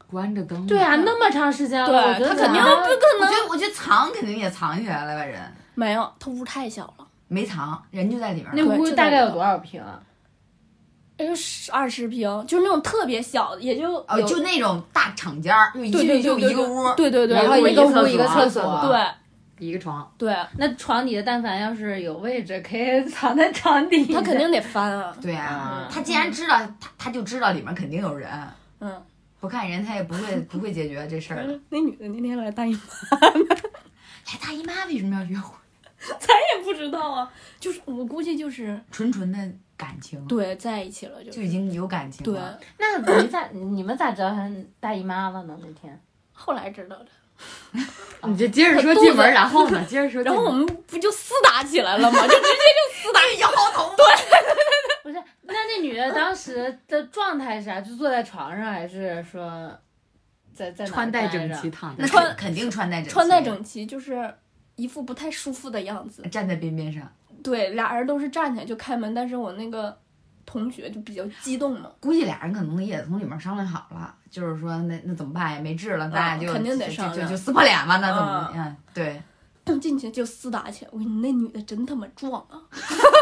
[SPEAKER 1] 关着灯。
[SPEAKER 4] 对啊，那么长时间了，
[SPEAKER 5] 对
[SPEAKER 4] 我觉得
[SPEAKER 5] 他肯定
[SPEAKER 4] 咱
[SPEAKER 5] 不可
[SPEAKER 2] 我
[SPEAKER 5] 能
[SPEAKER 2] 觉得我觉得藏肯定也藏起来了吧，人
[SPEAKER 5] 没有，他屋太小了，
[SPEAKER 2] 没藏，人就在里面
[SPEAKER 4] 那
[SPEAKER 2] 了。
[SPEAKER 4] 屋大概有多少平啊？
[SPEAKER 5] 也就哎十二十平，就是那种特别小的，也就
[SPEAKER 2] 哦，
[SPEAKER 5] 有
[SPEAKER 2] 就那种大场间儿，就一
[SPEAKER 5] 对
[SPEAKER 2] 进去
[SPEAKER 5] 对
[SPEAKER 2] 就
[SPEAKER 5] 对
[SPEAKER 2] 一
[SPEAKER 5] 对
[SPEAKER 2] 个屋
[SPEAKER 5] 对，对对对，
[SPEAKER 1] 然后
[SPEAKER 5] 对
[SPEAKER 1] 一个屋一个
[SPEAKER 4] 厕
[SPEAKER 1] 厕
[SPEAKER 4] 所
[SPEAKER 2] 啊
[SPEAKER 1] 所
[SPEAKER 5] 对
[SPEAKER 1] 一个床，
[SPEAKER 5] 对，
[SPEAKER 4] 那床底下但凡要是有位置，可以 藏在床底下。
[SPEAKER 5] 他肯定得翻啊，
[SPEAKER 2] 对啊
[SPEAKER 4] 嗯，
[SPEAKER 2] 他既然知道，他他就知道里面肯定有人，
[SPEAKER 5] 嗯，
[SPEAKER 2] 不看人他也不会不会解决这事儿 的。
[SPEAKER 5] 那女的那天来 大姨
[SPEAKER 2] 来大姨妈为什么要约会？
[SPEAKER 5] 妈，不知道啊，就是我估计就是
[SPEAKER 2] 纯纯的感情，啊
[SPEAKER 5] 对在一起了就
[SPEAKER 2] 就已经有感情
[SPEAKER 5] 对，
[SPEAKER 2] 了。啊
[SPEAKER 4] 那你咋你们咋知道她大姨妈了呢？那天
[SPEAKER 5] 后来知道的。
[SPEAKER 1] 你就接着说进门， 然后呢？接着说进门。
[SPEAKER 5] 然后我们不就厮打起来了吗？ 就直接就厮打，
[SPEAKER 2] 摇头对，
[SPEAKER 4] 不是，那那女的当时的状态是啥？就坐在床上，还是说在在哪儿
[SPEAKER 1] 穿戴
[SPEAKER 4] 待
[SPEAKER 1] 整
[SPEAKER 4] 着
[SPEAKER 1] 齐，躺
[SPEAKER 2] 那
[SPEAKER 1] 着，
[SPEAKER 2] 穿肯定穿戴整齐，
[SPEAKER 5] 穿戴整齐，就是一副不太舒服的样子。
[SPEAKER 2] 站在边边上。
[SPEAKER 5] 对，俩人都是站起来就开门，但是我那个同学就比较激动嘛，
[SPEAKER 2] 估计俩人可能也从里面商量好了，就是说那那怎么办呀？没治了，咱俩就、
[SPEAKER 5] 肯定得
[SPEAKER 2] 就
[SPEAKER 5] 商
[SPEAKER 2] 就
[SPEAKER 5] 量
[SPEAKER 2] 就撕破脸嘛，那怎么？嗯，对，
[SPEAKER 5] 进去就厮打起来。我跟你那女的真他妈壮啊！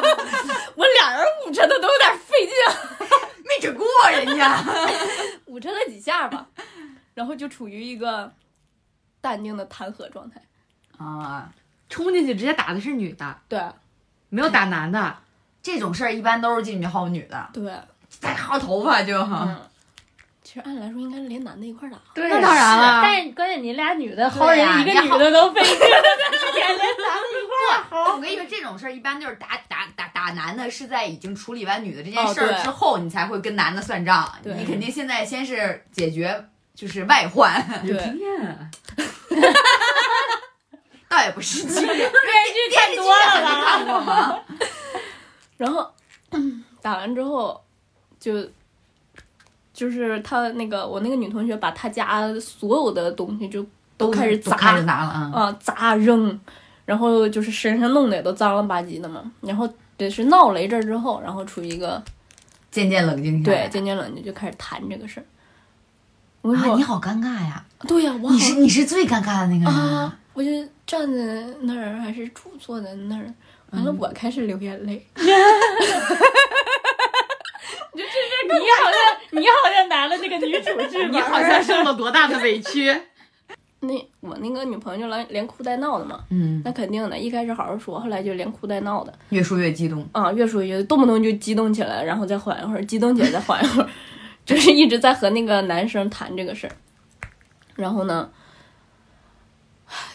[SPEAKER 5] 我俩人捂着她都有点费劲，啊
[SPEAKER 2] 没整过人家。
[SPEAKER 5] 捂着她几下吧，然后就处于一个淡定的谈和状态。
[SPEAKER 2] 啊，
[SPEAKER 1] 冲进去直接打的是女的，
[SPEAKER 5] 对啊
[SPEAKER 1] 没有打男的。
[SPEAKER 2] 这种事儿一般都是进去薅女的，
[SPEAKER 5] 对，
[SPEAKER 2] 再薅头发就。
[SPEAKER 5] 嗯，其实按理来说应该是连男的一块儿打。啊
[SPEAKER 4] 对
[SPEAKER 1] 那当然了
[SPEAKER 4] 但是关键你俩女的
[SPEAKER 2] 对
[SPEAKER 4] 薅人
[SPEAKER 2] 呀
[SPEAKER 4] 一个
[SPEAKER 2] 然
[SPEAKER 4] 女
[SPEAKER 2] 后
[SPEAKER 4] 的都费劲，连连咱们一块儿薅。
[SPEAKER 2] 我跟你说，这种事儿一般就是打打打打男的，是在已经处理完女的这件
[SPEAKER 5] 哦
[SPEAKER 2] 事儿
[SPEAKER 5] 对
[SPEAKER 2] 之后，你才会跟男的算账。
[SPEAKER 5] 对
[SPEAKER 2] 你肯定现在先是解决就是外患，
[SPEAKER 1] 有
[SPEAKER 5] 对
[SPEAKER 1] 经验，
[SPEAKER 2] 倒也不是经验。
[SPEAKER 4] 电视剧
[SPEAKER 2] 电视
[SPEAKER 4] 看
[SPEAKER 2] 剧
[SPEAKER 4] 多
[SPEAKER 2] 你
[SPEAKER 4] 了吧？
[SPEAKER 2] 看啊过吗？
[SPEAKER 5] 然后 打完之后，就就是他那个我那个女同学把她家所有的东西就都开始砸
[SPEAKER 2] 都开始砸了啊！嗯
[SPEAKER 5] 啊、砸扔，然后就是身上弄得也都脏了吧唧的嘛。然后得是闹了一阵儿之后，然后处于一个
[SPEAKER 2] 渐渐冷静下
[SPEAKER 5] 对
[SPEAKER 2] 来。
[SPEAKER 5] 渐渐冷静，就开始谈这个事儿。我
[SPEAKER 2] 啊，
[SPEAKER 5] 说、
[SPEAKER 2] 你好尴尬呀！
[SPEAKER 5] 对呀、我
[SPEAKER 2] 你是
[SPEAKER 5] 好
[SPEAKER 2] 你是最尴尬的那个人
[SPEAKER 5] 啊，我就站在那儿还是坐坐在那儿，完了我开始流眼 泪。
[SPEAKER 4] 你好像你好像拿了那个女 主剧
[SPEAKER 1] 你好像受了多大的委屈？
[SPEAKER 5] 那我那个女朋友就来连哭带闹的嘛，
[SPEAKER 2] 嗯，
[SPEAKER 5] 那肯定的，一开始好好说，后来就连哭带闹的
[SPEAKER 2] 越说越激动。
[SPEAKER 5] 啊，越说越动不动就激动起来，然后再缓一会儿，激动起来再缓一会儿， 就是一直在和那个男生谈这个事儿。然后呢，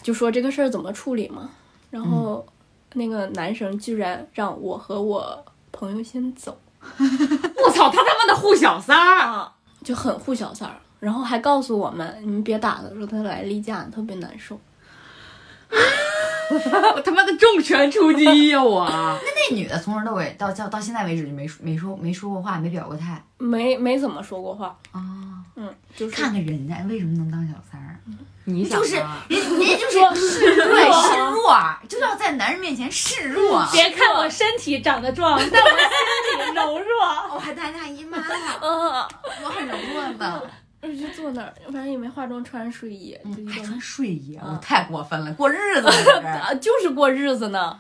[SPEAKER 5] 就说这个事儿怎么处理嘛。然后那个男生居然让我和我朋友先走
[SPEAKER 1] 我操，他他妈的护小三儿！
[SPEAKER 5] 啊，就很护小三儿，然后还告诉我们你们别打他，说他来例假，特别难受。
[SPEAKER 1] 我他妈的重拳出击呀！我
[SPEAKER 2] 那女的从头到尾到到到现在为止就没说没说没说过话，没表过态
[SPEAKER 5] 没没怎么说过话，
[SPEAKER 2] 啊。
[SPEAKER 5] 嗯，就是
[SPEAKER 2] 看看人家为什么能当小三儿，啊
[SPEAKER 1] 你想
[SPEAKER 2] 就是
[SPEAKER 1] 啊
[SPEAKER 2] 人人就是 示对示弱，就要在男人面前示弱。
[SPEAKER 4] 别看我身体长得壮，但我心里柔 弱。
[SPEAKER 2] 哦我还当大姨妈了，
[SPEAKER 5] 啊，
[SPEAKER 2] 我很柔弱的，
[SPEAKER 5] 我就坐那儿，反正也没化妆，穿睡衣，就
[SPEAKER 2] 嗯
[SPEAKER 5] 一
[SPEAKER 2] 还
[SPEAKER 5] 种
[SPEAKER 2] 穿睡衣，我
[SPEAKER 5] 嗯
[SPEAKER 2] 太过分了，过日子了这是。
[SPEAKER 5] 啊，就是过日子呢。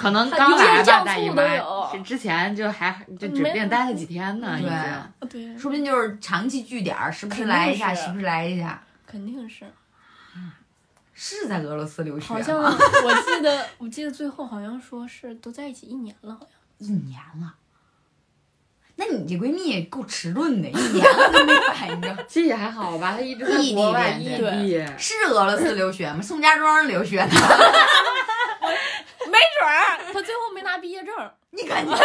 [SPEAKER 1] 可能刚来吧，大姨
[SPEAKER 5] 有些丈夫
[SPEAKER 1] 妈
[SPEAKER 5] 都有
[SPEAKER 1] 是之前就还就只
[SPEAKER 5] 没
[SPEAKER 1] 病待了几天呢，已
[SPEAKER 2] 对
[SPEAKER 1] 经。
[SPEAKER 5] 啊对，
[SPEAKER 2] 说不定就是长期聚点儿，时不时
[SPEAKER 5] 肯定
[SPEAKER 2] 来一下，
[SPEAKER 5] 是
[SPEAKER 2] 时不时来一下。
[SPEAKER 5] 肯定是，
[SPEAKER 2] 是在俄罗斯留学吗，
[SPEAKER 5] 好像我记得，我记得最后好像说是都在一起一年了，好像
[SPEAKER 2] 一年了。那你这闺蜜也够迟钝的，一年了都没反应。
[SPEAKER 1] 其实也还好吧，她一直在
[SPEAKER 2] 异地
[SPEAKER 1] 国外异
[SPEAKER 2] 恋
[SPEAKER 1] 地，
[SPEAKER 2] 是俄罗斯留学吗？宋家庄留学的，
[SPEAKER 5] 他最后没拿毕业证，
[SPEAKER 2] 你看你看，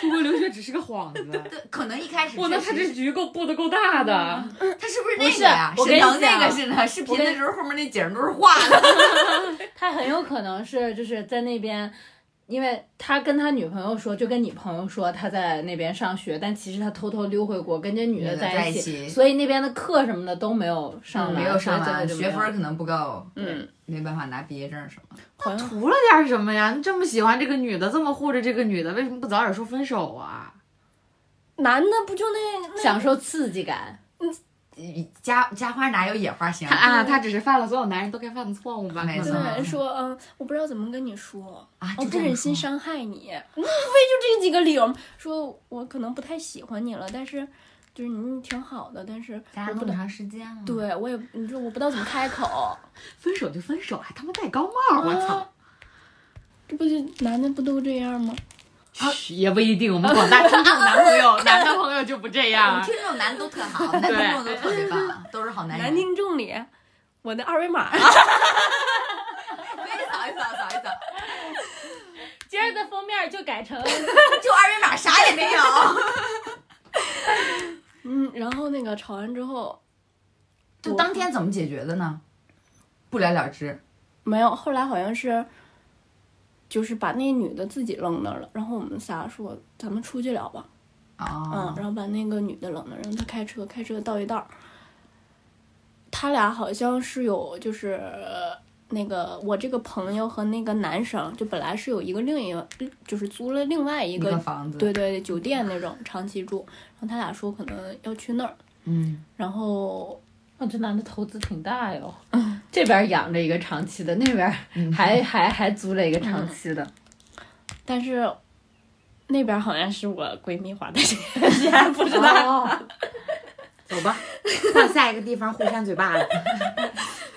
[SPEAKER 1] 出国留学只是个幌子。
[SPEAKER 2] 对可能一开始
[SPEAKER 1] 哇，那她
[SPEAKER 2] 确
[SPEAKER 1] 这
[SPEAKER 2] 实是
[SPEAKER 1] 局够布的够大的，
[SPEAKER 2] 他是不是那个呀？
[SPEAKER 4] 不是
[SPEAKER 2] 沈腾
[SPEAKER 4] 我跟你
[SPEAKER 2] 那
[SPEAKER 4] 讲
[SPEAKER 2] 个是呢，视频
[SPEAKER 4] 我跟
[SPEAKER 2] 的时候后面那景儿都是画 的。
[SPEAKER 4] 他很有可能是就是在那边，因为他跟他女朋友说，就跟你朋友说他在那边上学，但其实他偷偷溜回国跟这女的在
[SPEAKER 2] 女的在一起嗯
[SPEAKER 4] 所以那边的课什么的都没有上完，
[SPEAKER 2] 没有上
[SPEAKER 4] 所以
[SPEAKER 2] 完，
[SPEAKER 4] 最后就没
[SPEAKER 2] 学
[SPEAKER 4] 有
[SPEAKER 2] 分儿可能不够，
[SPEAKER 5] 嗯，
[SPEAKER 2] 没办法拿毕业证什么的。
[SPEAKER 5] 好像
[SPEAKER 1] 图了点什么呀？你这么喜欢这个女的，这么护着这个女的，为什么不早点说分手啊？
[SPEAKER 5] 男的不就那那
[SPEAKER 4] 享受刺激感。
[SPEAKER 2] 家家花哪有野花香
[SPEAKER 1] 她 啊，她只是犯了所有男人都该犯的错误吧？
[SPEAKER 2] 没
[SPEAKER 1] 可
[SPEAKER 2] 错
[SPEAKER 1] 能
[SPEAKER 5] 对说，嗯，我不知道怎么跟你说，
[SPEAKER 2] 啊？
[SPEAKER 5] 我
[SPEAKER 2] 就
[SPEAKER 5] 不
[SPEAKER 2] 这样
[SPEAKER 5] 忍心
[SPEAKER 2] 说
[SPEAKER 5] 伤害你，无非就这几个理由，说我可能不太喜欢你了，但是就是你挺好的，但是
[SPEAKER 2] 咱
[SPEAKER 5] 我
[SPEAKER 2] 俩
[SPEAKER 5] 不
[SPEAKER 2] 那么
[SPEAKER 5] 懂，
[SPEAKER 2] 长时间啊了，，
[SPEAKER 5] 对我也你说我不知道怎么开 口。
[SPEAKER 1] 分手就分手，还他妈戴高帽，我操！
[SPEAKER 5] 啊！这不就男的不都这样吗？
[SPEAKER 1] 啊 嘘也不一定，我们广大听众男朋友、男的朋友友就不这
[SPEAKER 2] 我们
[SPEAKER 1] 样。
[SPEAKER 2] 听众男的都特好，男听众都特别 棒，都是好男人。
[SPEAKER 5] 男听众里，我的二维码。
[SPEAKER 2] 可以扫一扫，扫一扫，
[SPEAKER 4] 今儿的封面就改成，
[SPEAKER 2] 就二维码啥也没 有。
[SPEAKER 5] 嗯，然后那个吵完之后，
[SPEAKER 2] 就当天怎么解决的呢？不了了之。
[SPEAKER 5] 没有，后来好像是，就是把那女的自己扔那儿了，然后我们仨说咱们出去聊吧，嗯
[SPEAKER 2] 哦，，
[SPEAKER 5] 然后把那个女的扔那儿，让她开车，开车到一道儿，他俩好像是有就是。呃那个我这个朋友和那个男生，就本来是有一个另一个，就是租了另外一
[SPEAKER 2] 一
[SPEAKER 5] 个
[SPEAKER 2] 个房子。
[SPEAKER 5] 对对对，酒店那种长期住。然后他俩说可能要去那儿，
[SPEAKER 2] 嗯，
[SPEAKER 5] 然后
[SPEAKER 4] 哦，这男的投资挺大哟，嗯这边养着一个长期的，那边
[SPEAKER 2] 嗯
[SPEAKER 4] 还还还租了一个长期的，
[SPEAKER 5] 但是那边好像是我闺蜜花的钱，钱不知道。
[SPEAKER 4] 哦
[SPEAKER 1] 走吧，换下一个地方互扇嘴巴子。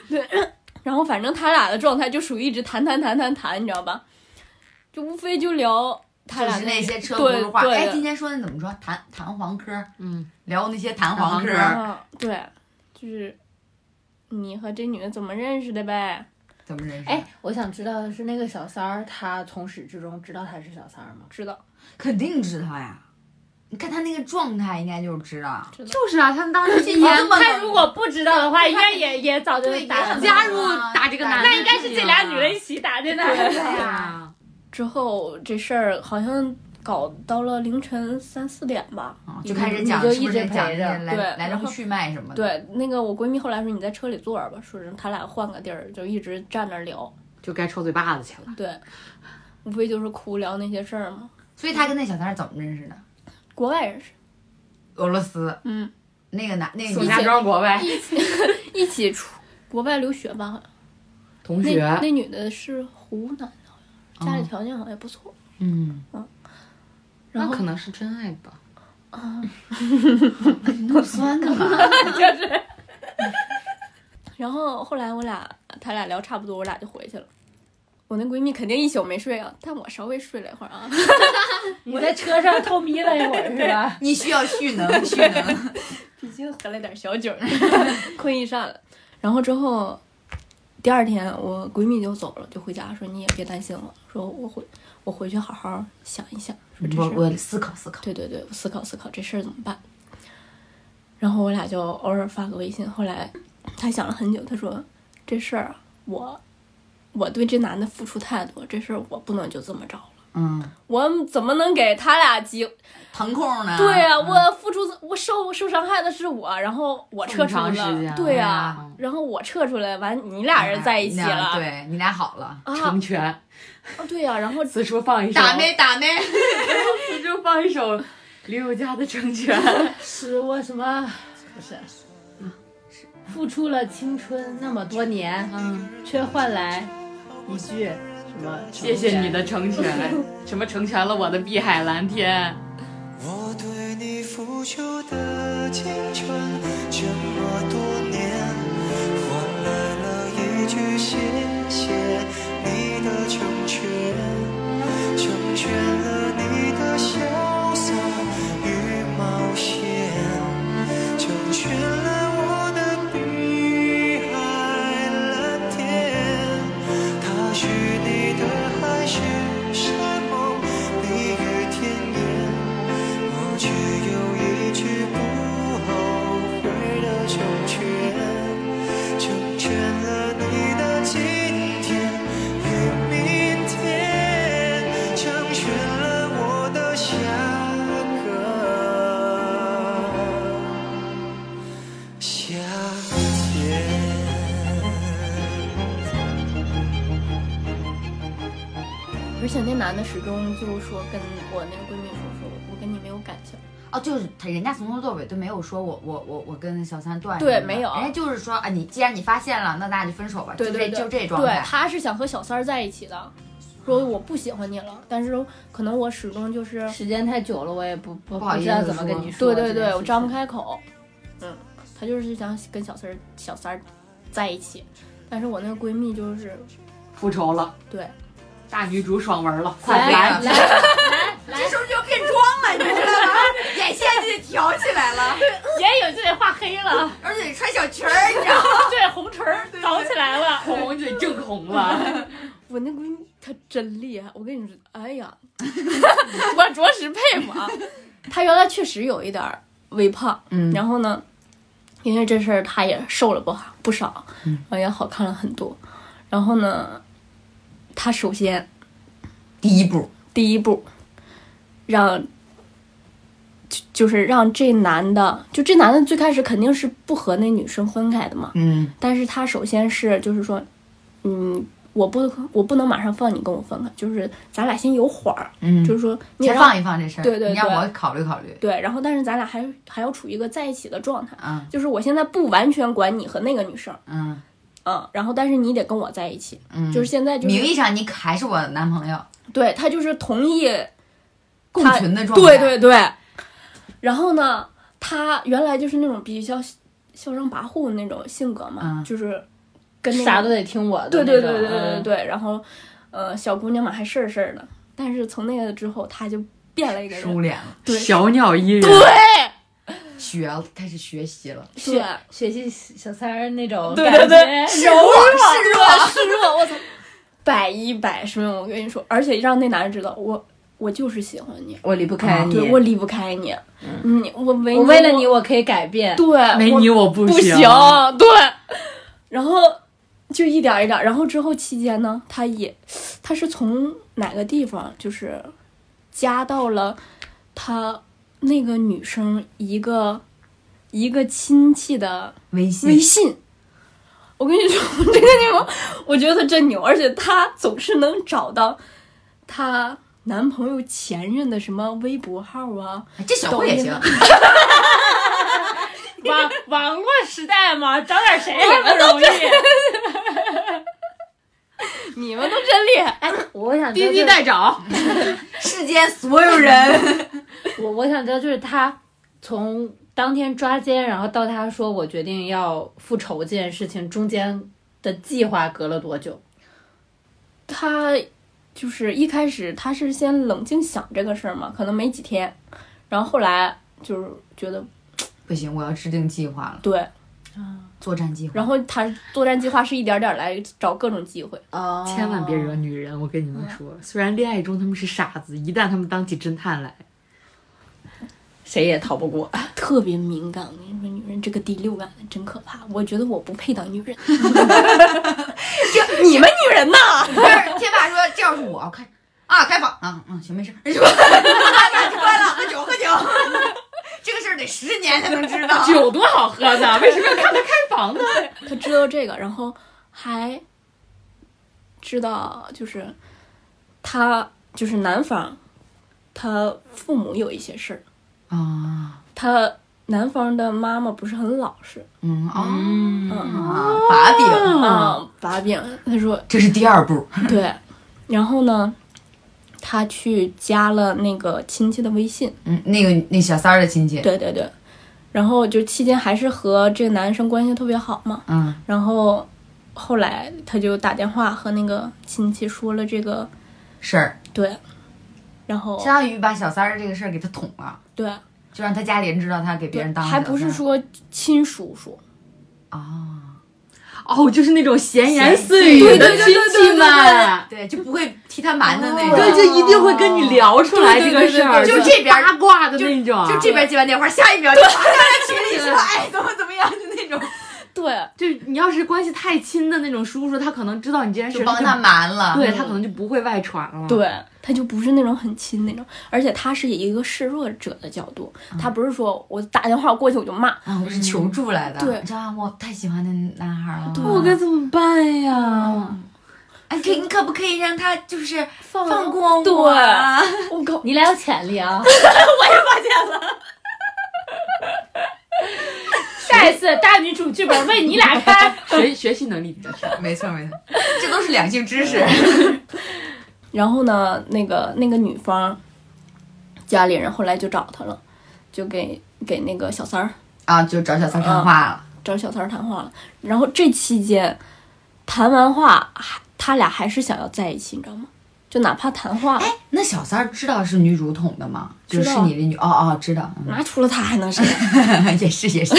[SPEAKER 5] 然后反正他俩的状态就属于一直谈谈谈谈谈，你知道吧？就无非就聊他
[SPEAKER 2] 就
[SPEAKER 5] 俩
[SPEAKER 2] 是那些车轱
[SPEAKER 5] 对
[SPEAKER 2] 辘话。
[SPEAKER 5] 对
[SPEAKER 2] 哎，今天说那怎么说？弹弹簧科，
[SPEAKER 1] 嗯，
[SPEAKER 2] 聊那些弹簧科。
[SPEAKER 1] 弹
[SPEAKER 5] 啊，对，就是你和这女的怎么认识的呗？
[SPEAKER 2] 怎么认识？
[SPEAKER 4] 哎，，我想知道的是，那个小三儿，他从始至终知道他是小三儿吗？
[SPEAKER 5] 知道，
[SPEAKER 2] 肯定知道呀。你看他那个状态，应该就知道。
[SPEAKER 1] 就是啊，他们当时一
[SPEAKER 2] 哦这么
[SPEAKER 4] 他如果不知道的话，应该也也早就
[SPEAKER 2] 对也
[SPEAKER 4] 打
[SPEAKER 2] 很
[SPEAKER 4] 架，
[SPEAKER 1] 加入打这个男的，
[SPEAKER 4] 那应该是这俩女的一起打这男的。
[SPEAKER 2] 对
[SPEAKER 1] 对
[SPEAKER 2] 呀，
[SPEAKER 1] 啊，
[SPEAKER 5] 之后这事儿好像搞到了凌晨三四点吧。
[SPEAKER 2] 啊就开始讲，
[SPEAKER 4] 你就
[SPEAKER 2] 不
[SPEAKER 4] 是一直
[SPEAKER 2] 是讲那
[SPEAKER 4] 陪
[SPEAKER 2] 些
[SPEAKER 4] 着
[SPEAKER 2] 来
[SPEAKER 5] 对
[SPEAKER 2] 来龙去脉什么的？，
[SPEAKER 5] 对，那个我闺蜜后来说你在车里坐着吧，说是他俩换个地儿，就一直站那儿聊。
[SPEAKER 1] 就该抽嘴巴子去了。
[SPEAKER 5] 对，无非就是哭聊那些事儿嘛。
[SPEAKER 2] 所以他跟那小三儿怎么认识的？
[SPEAKER 5] 国外人士，
[SPEAKER 2] 俄罗斯
[SPEAKER 5] 嗯，
[SPEAKER 2] 那个男，那个
[SPEAKER 1] 宋
[SPEAKER 2] 女
[SPEAKER 1] 哎家庄国外
[SPEAKER 5] 一起一起出国外留学吧，好像
[SPEAKER 1] 同
[SPEAKER 5] 那
[SPEAKER 1] 学，
[SPEAKER 5] 那女的是湖南的，好像家里
[SPEAKER 2] 哦
[SPEAKER 5] 条件好像也不错。
[SPEAKER 2] 嗯，
[SPEAKER 5] 然
[SPEAKER 1] 那
[SPEAKER 5] 后
[SPEAKER 1] 可能是真爱吧。
[SPEAKER 2] 那么 酸干 嘛？
[SPEAKER 5] 然后后来我俩他俩聊差不多，我俩就回去了。我那闺蜜肯定一宿没睡啊，但我稍微睡了一会儿啊。
[SPEAKER 4] 你在车上偷眯了一会儿是 吧？
[SPEAKER 2] 你需要蓄能，蓄 能。
[SPEAKER 5] 毕竟 喝了点小酒儿， 困意善了。然后之后，第二天我闺蜜就走了，就回家说你也别担心了，说我回我回去好好想一想，说这事
[SPEAKER 2] 我
[SPEAKER 5] 儿
[SPEAKER 2] 我思考思考。
[SPEAKER 5] 对对对，我思考思考这事儿怎么办。然后我俩就偶尔发个微信。后来他想了很久，他说这事儿啊我我对这男的付出太多，这事儿我不能就这么着了。
[SPEAKER 2] 嗯，
[SPEAKER 5] 我怎么能给他俩机？
[SPEAKER 2] 腾空
[SPEAKER 1] 啊
[SPEAKER 2] 呢？
[SPEAKER 5] 对呀、
[SPEAKER 2] 嗯
[SPEAKER 5] 我付出，我受受伤害的是我，然后我撤
[SPEAKER 1] 这么
[SPEAKER 5] 出了
[SPEAKER 1] 长时间，哎
[SPEAKER 5] 对呀、
[SPEAKER 1] 嗯
[SPEAKER 5] 然后我撤出来，完你俩人在一起
[SPEAKER 2] 你俩
[SPEAKER 5] 了，
[SPEAKER 2] 对你俩好了，
[SPEAKER 5] 啊
[SPEAKER 1] 成，全。
[SPEAKER 5] 对呀、然后
[SPEAKER 1] 此处放一首，
[SPEAKER 2] 打没打没？
[SPEAKER 1] 此处放一首林宥嘉的《成全》。
[SPEAKER 4] 是我什么？不是，付出了青春那么多年，
[SPEAKER 1] 嗯，
[SPEAKER 4] 却换来一句什么？
[SPEAKER 1] 谢谢你。的成全，什么成全了我的碧海蓝天。
[SPEAKER 6] 我对你付出的青春，这么多年，换来了一句谢谢你的成全，成全了你的潇洒与冒险，成全了我的碧海蓝天。他许你的海誓山盟，蜜语甜言，我只有一句不后悔的成全，成全了你的今天与明天，成全了我的下个夏天。
[SPEAKER 5] 而且那男的始终就是说跟我那个闺蜜说说，我跟你没有感情。
[SPEAKER 2] 哦，就是他，人家从头到尾都没有说我我我我跟小三断什么
[SPEAKER 5] 对
[SPEAKER 2] 的，
[SPEAKER 5] 没有
[SPEAKER 2] 人家就是说啊，你既然你发现了，那咱俩就分手吧，
[SPEAKER 5] 对对对，
[SPEAKER 2] 就这就这状
[SPEAKER 5] 对
[SPEAKER 2] 态，。
[SPEAKER 5] 他是想和小三儿在一起的，说我不喜欢你了，但是可能我始终就是，
[SPEAKER 4] 时间太久了，我也不不
[SPEAKER 2] 不好意思
[SPEAKER 4] 知道怎么跟你说。
[SPEAKER 5] 对对对，我张不
[SPEAKER 4] 开。
[SPEAKER 5] 开口。嗯，他就是想跟小三儿小三儿在一起，但是我那个闺蜜就是
[SPEAKER 1] 复仇了，
[SPEAKER 5] 对，
[SPEAKER 1] 大女主爽文了，快
[SPEAKER 5] 啊
[SPEAKER 4] 来
[SPEAKER 1] 来！
[SPEAKER 4] 来，
[SPEAKER 2] 这时候就变装了，你知道吗？眼线就得停
[SPEAKER 5] 啊真厉害！我跟你说，哎呀， 我着实佩服啊。他原来确实有一点儿微胖，
[SPEAKER 2] 嗯
[SPEAKER 5] 然后呢，因为这事儿他也瘦了不好不少，
[SPEAKER 2] 嗯
[SPEAKER 5] 然后也好看了很多。然后呢，他首先
[SPEAKER 2] 第一步，
[SPEAKER 5] 第一步，让就就是让这男的，就这男的最开始肯定是不和那女生分开的嘛，
[SPEAKER 2] 嗯
[SPEAKER 5] 但是他首先是就是说，嗯，我不我不能马上放你跟我分开，就是咱俩先有缓儿，
[SPEAKER 2] 嗯
[SPEAKER 5] 就是说你也
[SPEAKER 2] 先
[SPEAKER 5] 让
[SPEAKER 2] 放一放这事儿，
[SPEAKER 5] 对对
[SPEAKER 2] 你让
[SPEAKER 5] 对
[SPEAKER 2] 我考虑考虑，
[SPEAKER 5] 对，然后但是咱俩还还要处于一个在一起的状态，
[SPEAKER 2] 嗯
[SPEAKER 5] 就是我现在不完全管你和那个女生，
[SPEAKER 2] 嗯
[SPEAKER 5] 嗯，然后但是你得跟我在一起，
[SPEAKER 2] 嗯，
[SPEAKER 5] 就是现在就是
[SPEAKER 2] 名义上你还是我男朋友，
[SPEAKER 5] 对他就是同意
[SPEAKER 2] 共
[SPEAKER 5] 他
[SPEAKER 2] 存的状态，
[SPEAKER 5] 对对对。然后呢，他原来就是那种比较嚣张跋扈的那种性格嘛，
[SPEAKER 2] 嗯
[SPEAKER 5] 就是跟那
[SPEAKER 4] 啥
[SPEAKER 5] 个
[SPEAKER 4] 都得听我的。嗯
[SPEAKER 5] 对对对对对对
[SPEAKER 4] 对，
[SPEAKER 5] 对。然后，呃，小姑娘嘛还事儿事儿的，但是从那个之后，他就变了一个人，
[SPEAKER 2] 收敛了，
[SPEAKER 5] 对
[SPEAKER 1] 小鸟依人，
[SPEAKER 2] 学了，开始学习了，
[SPEAKER 5] 对
[SPEAKER 4] 学学习小三儿那种
[SPEAKER 5] 对
[SPEAKER 4] 感
[SPEAKER 5] 对
[SPEAKER 4] 觉，
[SPEAKER 5] 对
[SPEAKER 4] 柔
[SPEAKER 5] 示弱示弱，我操，百依百顺。我跟你说，而且让那男人知道我我就是喜欢你，啊
[SPEAKER 4] 啊我离不开你，嗯
[SPEAKER 5] 对我离不开你，你我为
[SPEAKER 4] 我为了你
[SPEAKER 5] 我
[SPEAKER 4] 我可以改变。
[SPEAKER 5] 对
[SPEAKER 1] 没
[SPEAKER 5] 我
[SPEAKER 1] 你我不
[SPEAKER 5] 不
[SPEAKER 1] 行。
[SPEAKER 5] 对。然后就一点儿一点儿，然后之后期间呢，他也他是从哪个地方就是加到了他那个女生一个一个亲戚的
[SPEAKER 2] 微
[SPEAKER 5] 微
[SPEAKER 2] 信，
[SPEAKER 5] 信。我跟你说， 这个女王，我觉得她真牛，而且她总是能找到她男朋友前任的什么微博号啊，
[SPEAKER 2] 哎这小慧也行，
[SPEAKER 4] 网网络时代嘛，找点谁还不容易？
[SPEAKER 5] 你们都真厉害。
[SPEAKER 4] 哎，我想知道
[SPEAKER 1] 滴滴
[SPEAKER 4] 就是
[SPEAKER 1] 代找，
[SPEAKER 2] 世间所有人，
[SPEAKER 4] 我我想知道，就是他从当天抓奸，然后到他说我决定要复仇这件事情中间的计划隔了多久？
[SPEAKER 5] 他就是一开始他是先冷静想这个事儿嘛，可能没几天，然后后来就是觉得
[SPEAKER 2] 不行，我要制定计划了，
[SPEAKER 5] 对，
[SPEAKER 2] 作战计划，
[SPEAKER 5] 然后他作战计划是一点点儿来找各种机会，
[SPEAKER 4] 哦
[SPEAKER 1] 千万别惹女人。我跟你
[SPEAKER 5] 嗯
[SPEAKER 1] 们说，虽然恋爱中他们是傻子，一旦他们当起侦探 来，
[SPEAKER 4] 谁也逃不过。
[SPEAKER 5] 特别敏感。我跟你说，女人这个第六感真可怕，我觉得我不配当女 人。你们女人呐，
[SPEAKER 2] 不是天霸说这要是我，我看啊开房啊嗯行没事， 是吧？那就关了，喝酒喝 酒，这个事儿得十年才能知 道，
[SPEAKER 1] 酒多好喝呢，为什么要看他开房呢？
[SPEAKER 5] 他知道这个，然后还知道就是他就是男方，他父母有一些事儿。
[SPEAKER 2] 啊
[SPEAKER 5] 他男方的妈妈不是很老实，
[SPEAKER 2] 嗯啊
[SPEAKER 5] 嗯
[SPEAKER 2] 啊把柄，
[SPEAKER 1] 啊，
[SPEAKER 5] 啊，把柄。他说
[SPEAKER 2] 这是第二步。
[SPEAKER 5] 对，然后呢，他去加了那个亲戚的微信，
[SPEAKER 2] 嗯，那个那小三儿的亲戚，
[SPEAKER 5] 对对对，然后就期间还是和这个男生关系特别好嘛，
[SPEAKER 2] 嗯
[SPEAKER 5] 然后后来他就打电话和那个亲戚说了这个，
[SPEAKER 2] 事儿，
[SPEAKER 5] 对，然后
[SPEAKER 2] 相当于把小三儿这个事儿给他捅了，
[SPEAKER 5] 对
[SPEAKER 2] 就让他家里人知道他给别
[SPEAKER 5] 对
[SPEAKER 2] 人，当嗯
[SPEAKER 5] 还不是说亲叔叔，
[SPEAKER 2] 啊，
[SPEAKER 1] 哦，就是那种闲言碎语的亲戚们，
[SPEAKER 2] 对，就不会替他瞒的
[SPEAKER 5] 哦
[SPEAKER 2] 那
[SPEAKER 1] 对，
[SPEAKER 2] 种，
[SPEAKER 1] 就一定会跟你聊出来这个事儿，
[SPEAKER 2] 对对对对对就这边
[SPEAKER 1] 八卦的那种，
[SPEAKER 2] 就这边接完电话，下一秒就马上在群里说，哎，怎么怎么样，就那种，
[SPEAKER 5] 对
[SPEAKER 1] 就你要是关系太亲的那种叔叔，他可能知道你这件事，
[SPEAKER 2] 就帮他
[SPEAKER 1] 就
[SPEAKER 2] 瞒了，
[SPEAKER 1] 对他可能就不会外传了。，
[SPEAKER 5] 对，他就不是那种很亲那种，而且他是以一个示弱者的角度，他不是说我打电话过去我就骂，
[SPEAKER 2] 啊，我是求助来的，
[SPEAKER 5] 对
[SPEAKER 2] 你知道吗？我太喜欢那男孩了，
[SPEAKER 1] 我该怎么办呀？
[SPEAKER 2] 哎，可以你可不可以让他就是
[SPEAKER 5] 放
[SPEAKER 2] 放过
[SPEAKER 5] 对
[SPEAKER 2] 我啊？
[SPEAKER 5] 我靠，
[SPEAKER 4] 你俩有潜力啊！我也发现了。下一次大女主剧本为你俩开，
[SPEAKER 1] 学学习能力比较强，
[SPEAKER 2] 没错没错， 这都是两性知识，
[SPEAKER 5] 然后呢，那个那个女方家里人后来就找他了，就给给那个小三儿
[SPEAKER 2] 啊，就找小三儿谈话了，
[SPEAKER 5] 找小三儿谈话了。然后这期间谈完话，还他俩还是想要在一起，你知道吗？就哪怕谈话，
[SPEAKER 2] 哎，那小三儿知道是女主捅的吗？就
[SPEAKER 5] 知道
[SPEAKER 2] 是你的女，哦哦，知道，
[SPEAKER 5] 拿出了他还能谁？
[SPEAKER 2] 也是也是。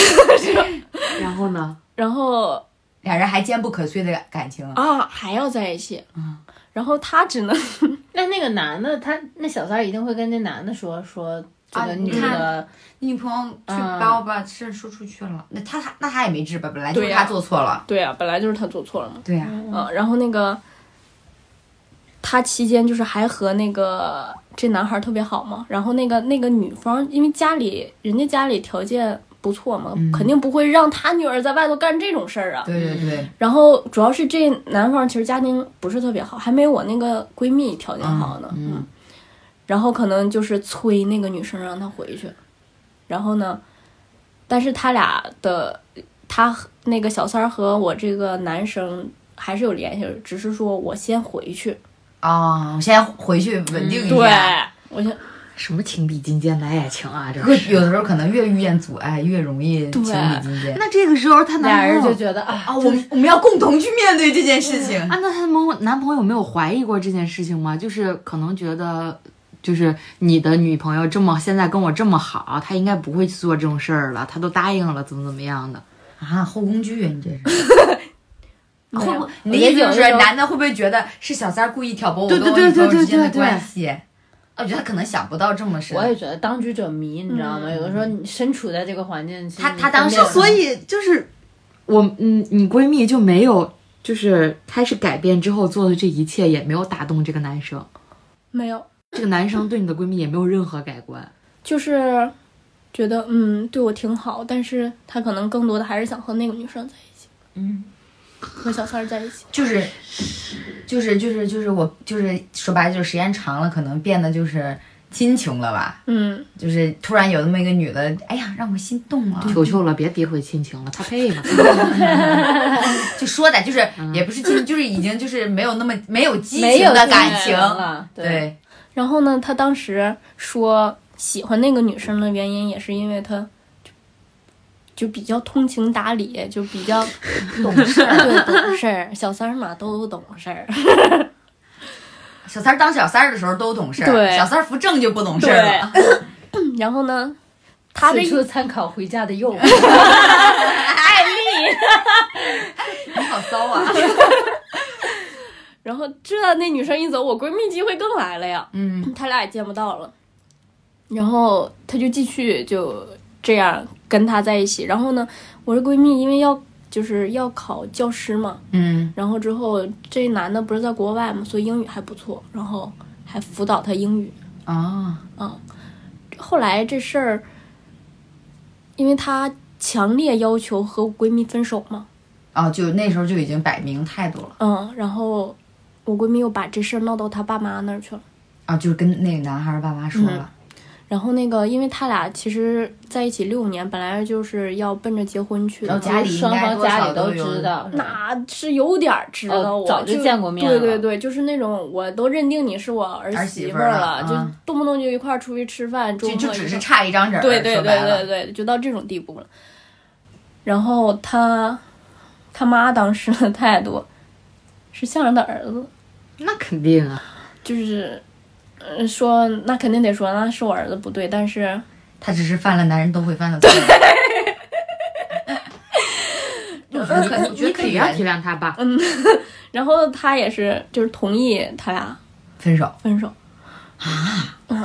[SPEAKER 1] 然后呢？
[SPEAKER 5] 然后
[SPEAKER 2] 俩人还坚不可摧的感情。
[SPEAKER 5] 啊，还要在一起，然后他只能
[SPEAKER 4] 那那个男的，他那小三儿一定会跟那男的说说这
[SPEAKER 2] 啊
[SPEAKER 4] 个
[SPEAKER 2] 你
[SPEAKER 4] 女的，
[SPEAKER 2] 女朋友去
[SPEAKER 4] 嗯
[SPEAKER 2] 把我把事儿说出去了，嗯那他他那他也没治吧，本来就是
[SPEAKER 5] 对呀
[SPEAKER 2] 他做错了。
[SPEAKER 5] 对啊，本来就是他做错了嘛。
[SPEAKER 2] 对呀、
[SPEAKER 5] 嗯，然后那个他期间就是还和那个这男孩特别好嘛，然后那个那个女方因为家里人家家里条件不错嘛，
[SPEAKER 2] 嗯
[SPEAKER 5] 肯定不会让他女儿在外头干这种事儿啊。
[SPEAKER 2] 对对对，
[SPEAKER 5] 然后主要是这男方其实家庭不是特别好，还没有我那个闺蜜条件好呢。
[SPEAKER 2] 嗯嗯
[SPEAKER 5] 然后可能就是催那个女生让她回去，然后呢，但是他俩的他和那个小三儿和我这个男生还是有联系的，只是说我先回去。
[SPEAKER 2] 啊、我先回去稳定一
[SPEAKER 5] 对
[SPEAKER 2] 下。，
[SPEAKER 5] 我先
[SPEAKER 1] 什么情比金坚的爱情啊？这
[SPEAKER 2] 会
[SPEAKER 1] 是
[SPEAKER 2] 有的时候可能越遇见阻碍，越容易情比金坚。
[SPEAKER 1] 那这个时候她
[SPEAKER 4] 俩
[SPEAKER 1] 男
[SPEAKER 4] 人
[SPEAKER 1] 朋
[SPEAKER 4] 就
[SPEAKER 1] 友
[SPEAKER 4] 觉得啊，
[SPEAKER 2] 啊，我们我们要共同去面对这件事情。
[SPEAKER 1] 啊，那她男男朋友没有怀疑过这件事情吗？就是可能觉得。就是你的女朋友这么现在跟我这么好，她应该不会去做这种事儿了，她都答应了，怎么怎么样的？
[SPEAKER 2] 啊，后宫剧，你这 是
[SPEAKER 5] 没
[SPEAKER 2] 会
[SPEAKER 5] 有
[SPEAKER 2] 不会？你的意思
[SPEAKER 4] 有
[SPEAKER 2] 就是
[SPEAKER 4] 的时候
[SPEAKER 2] 男的会不会觉得是小三儿故意挑拨我
[SPEAKER 1] 对
[SPEAKER 2] 跟
[SPEAKER 1] 对对
[SPEAKER 2] 我女朋友
[SPEAKER 1] 对
[SPEAKER 2] 之间的
[SPEAKER 1] 对对
[SPEAKER 2] 关系？啊我觉得他可能想不到这么深
[SPEAKER 4] 我。也嗯觉得当局者迷，你知道吗？有的时候你身处在这个环境，其实
[SPEAKER 2] 他
[SPEAKER 4] 你
[SPEAKER 2] 他当时
[SPEAKER 4] 分辨不
[SPEAKER 1] 所
[SPEAKER 4] 了
[SPEAKER 1] 以就是我，嗯，你闺蜜就没有，就是开始改变之后做的这一切也没有打动这个男生，
[SPEAKER 5] 没有，
[SPEAKER 1] 这个男生对你的闺蜜也没有任何改观。
[SPEAKER 5] 就是觉得嗯对我挺好，但是他可能更多的还是想和那个女生在一起，
[SPEAKER 2] 嗯，
[SPEAKER 5] 和小三儿在一起。
[SPEAKER 2] 就是，就是就是就是我就是说白了就是时间长了，可能变得就是亲情了吧。
[SPEAKER 5] 嗯，
[SPEAKER 2] 就是突然有那么一个女的，哎呀，让我心动了。
[SPEAKER 1] 求求了，别诋毁亲情了，她配吗？
[SPEAKER 2] 就说的，就是也不是亲，就是已经就是没有那么嗯没有激
[SPEAKER 4] 没有
[SPEAKER 2] 情的
[SPEAKER 4] 激
[SPEAKER 2] 感
[SPEAKER 4] 情
[SPEAKER 2] 情。
[SPEAKER 4] 了，
[SPEAKER 2] 对，
[SPEAKER 5] 然后呢，他当时说喜欢那个女生的原因，也是因为他就就比较通情达理，就比 较
[SPEAKER 2] 懂事儿。
[SPEAKER 5] 对懂事儿。小三儿嘛，都懂事儿。
[SPEAKER 2] 小三儿当小三儿的时候都懂事儿，
[SPEAKER 5] 对
[SPEAKER 2] 小三儿扶正就不懂事儿了。
[SPEAKER 5] 然后呢，他的
[SPEAKER 4] 此处参考回家的 诱惑。
[SPEAKER 2] 你好骚 啊！
[SPEAKER 5] 然后这那女生一走，我闺蜜机会更来了呀。
[SPEAKER 2] 嗯，
[SPEAKER 5] 他俩也见不到了。然后他就继续就这样跟他在一起。然后呢，我这闺蜜因为要就是要考教师嘛，
[SPEAKER 2] 嗯，
[SPEAKER 5] 然后之后这男的不是在国外嘛，所以英语还不错，然后还辅导他英语。
[SPEAKER 2] 哦，
[SPEAKER 5] 后来这事儿，因为他强烈要求和我闺蜜分手嘛，
[SPEAKER 2] 哦，就那时候就已经摆明态度了
[SPEAKER 5] 嗯，然后我闺蜜又把这事儿闹到他爸妈那儿去了。
[SPEAKER 2] 啊，就是跟那个男孩儿爸妈说了，
[SPEAKER 5] 然后那个，因为他俩其实在一起六年，本来就是要奔着结婚去
[SPEAKER 2] 然
[SPEAKER 5] 的
[SPEAKER 2] 后，家里应
[SPEAKER 4] 双
[SPEAKER 2] 该
[SPEAKER 4] 方
[SPEAKER 2] 多
[SPEAKER 4] 家
[SPEAKER 2] 少
[SPEAKER 4] 里都嗯
[SPEAKER 2] 有
[SPEAKER 4] 知。道，
[SPEAKER 5] 那是有点儿知道
[SPEAKER 4] 哦
[SPEAKER 5] 我，
[SPEAKER 4] 早就见过面了
[SPEAKER 5] 对对对，就是那种我都认定你是我儿
[SPEAKER 2] 儿
[SPEAKER 5] 媳
[SPEAKER 2] 媳妇
[SPEAKER 5] 妇
[SPEAKER 2] 儿
[SPEAKER 5] 儿
[SPEAKER 2] 了
[SPEAKER 5] 就
[SPEAKER 2] 啊
[SPEAKER 5] 动不动就一块儿出去吃饭，周
[SPEAKER 2] 就
[SPEAKER 5] 末
[SPEAKER 2] 就
[SPEAKER 5] 一
[SPEAKER 2] 只
[SPEAKER 5] 块
[SPEAKER 2] 是
[SPEAKER 5] 儿
[SPEAKER 2] 差一张纸儿，
[SPEAKER 5] 对对
[SPEAKER 2] 说
[SPEAKER 5] 对
[SPEAKER 2] 白了
[SPEAKER 5] 对对，就到这种地步了。然后他他妈当时的态度是向着他儿子，
[SPEAKER 1] 那肯定啊，
[SPEAKER 5] 就是呃说那肯定得说那是我儿子不对，但是
[SPEAKER 2] 他只是犯了男人都会犯 的错。我觉得可，我觉
[SPEAKER 1] 你
[SPEAKER 2] 得可以啊
[SPEAKER 1] 体谅体
[SPEAKER 2] 原
[SPEAKER 1] 谅他吧。
[SPEAKER 5] 然后他也是就是同意他俩
[SPEAKER 2] 分手。
[SPEAKER 5] 分手，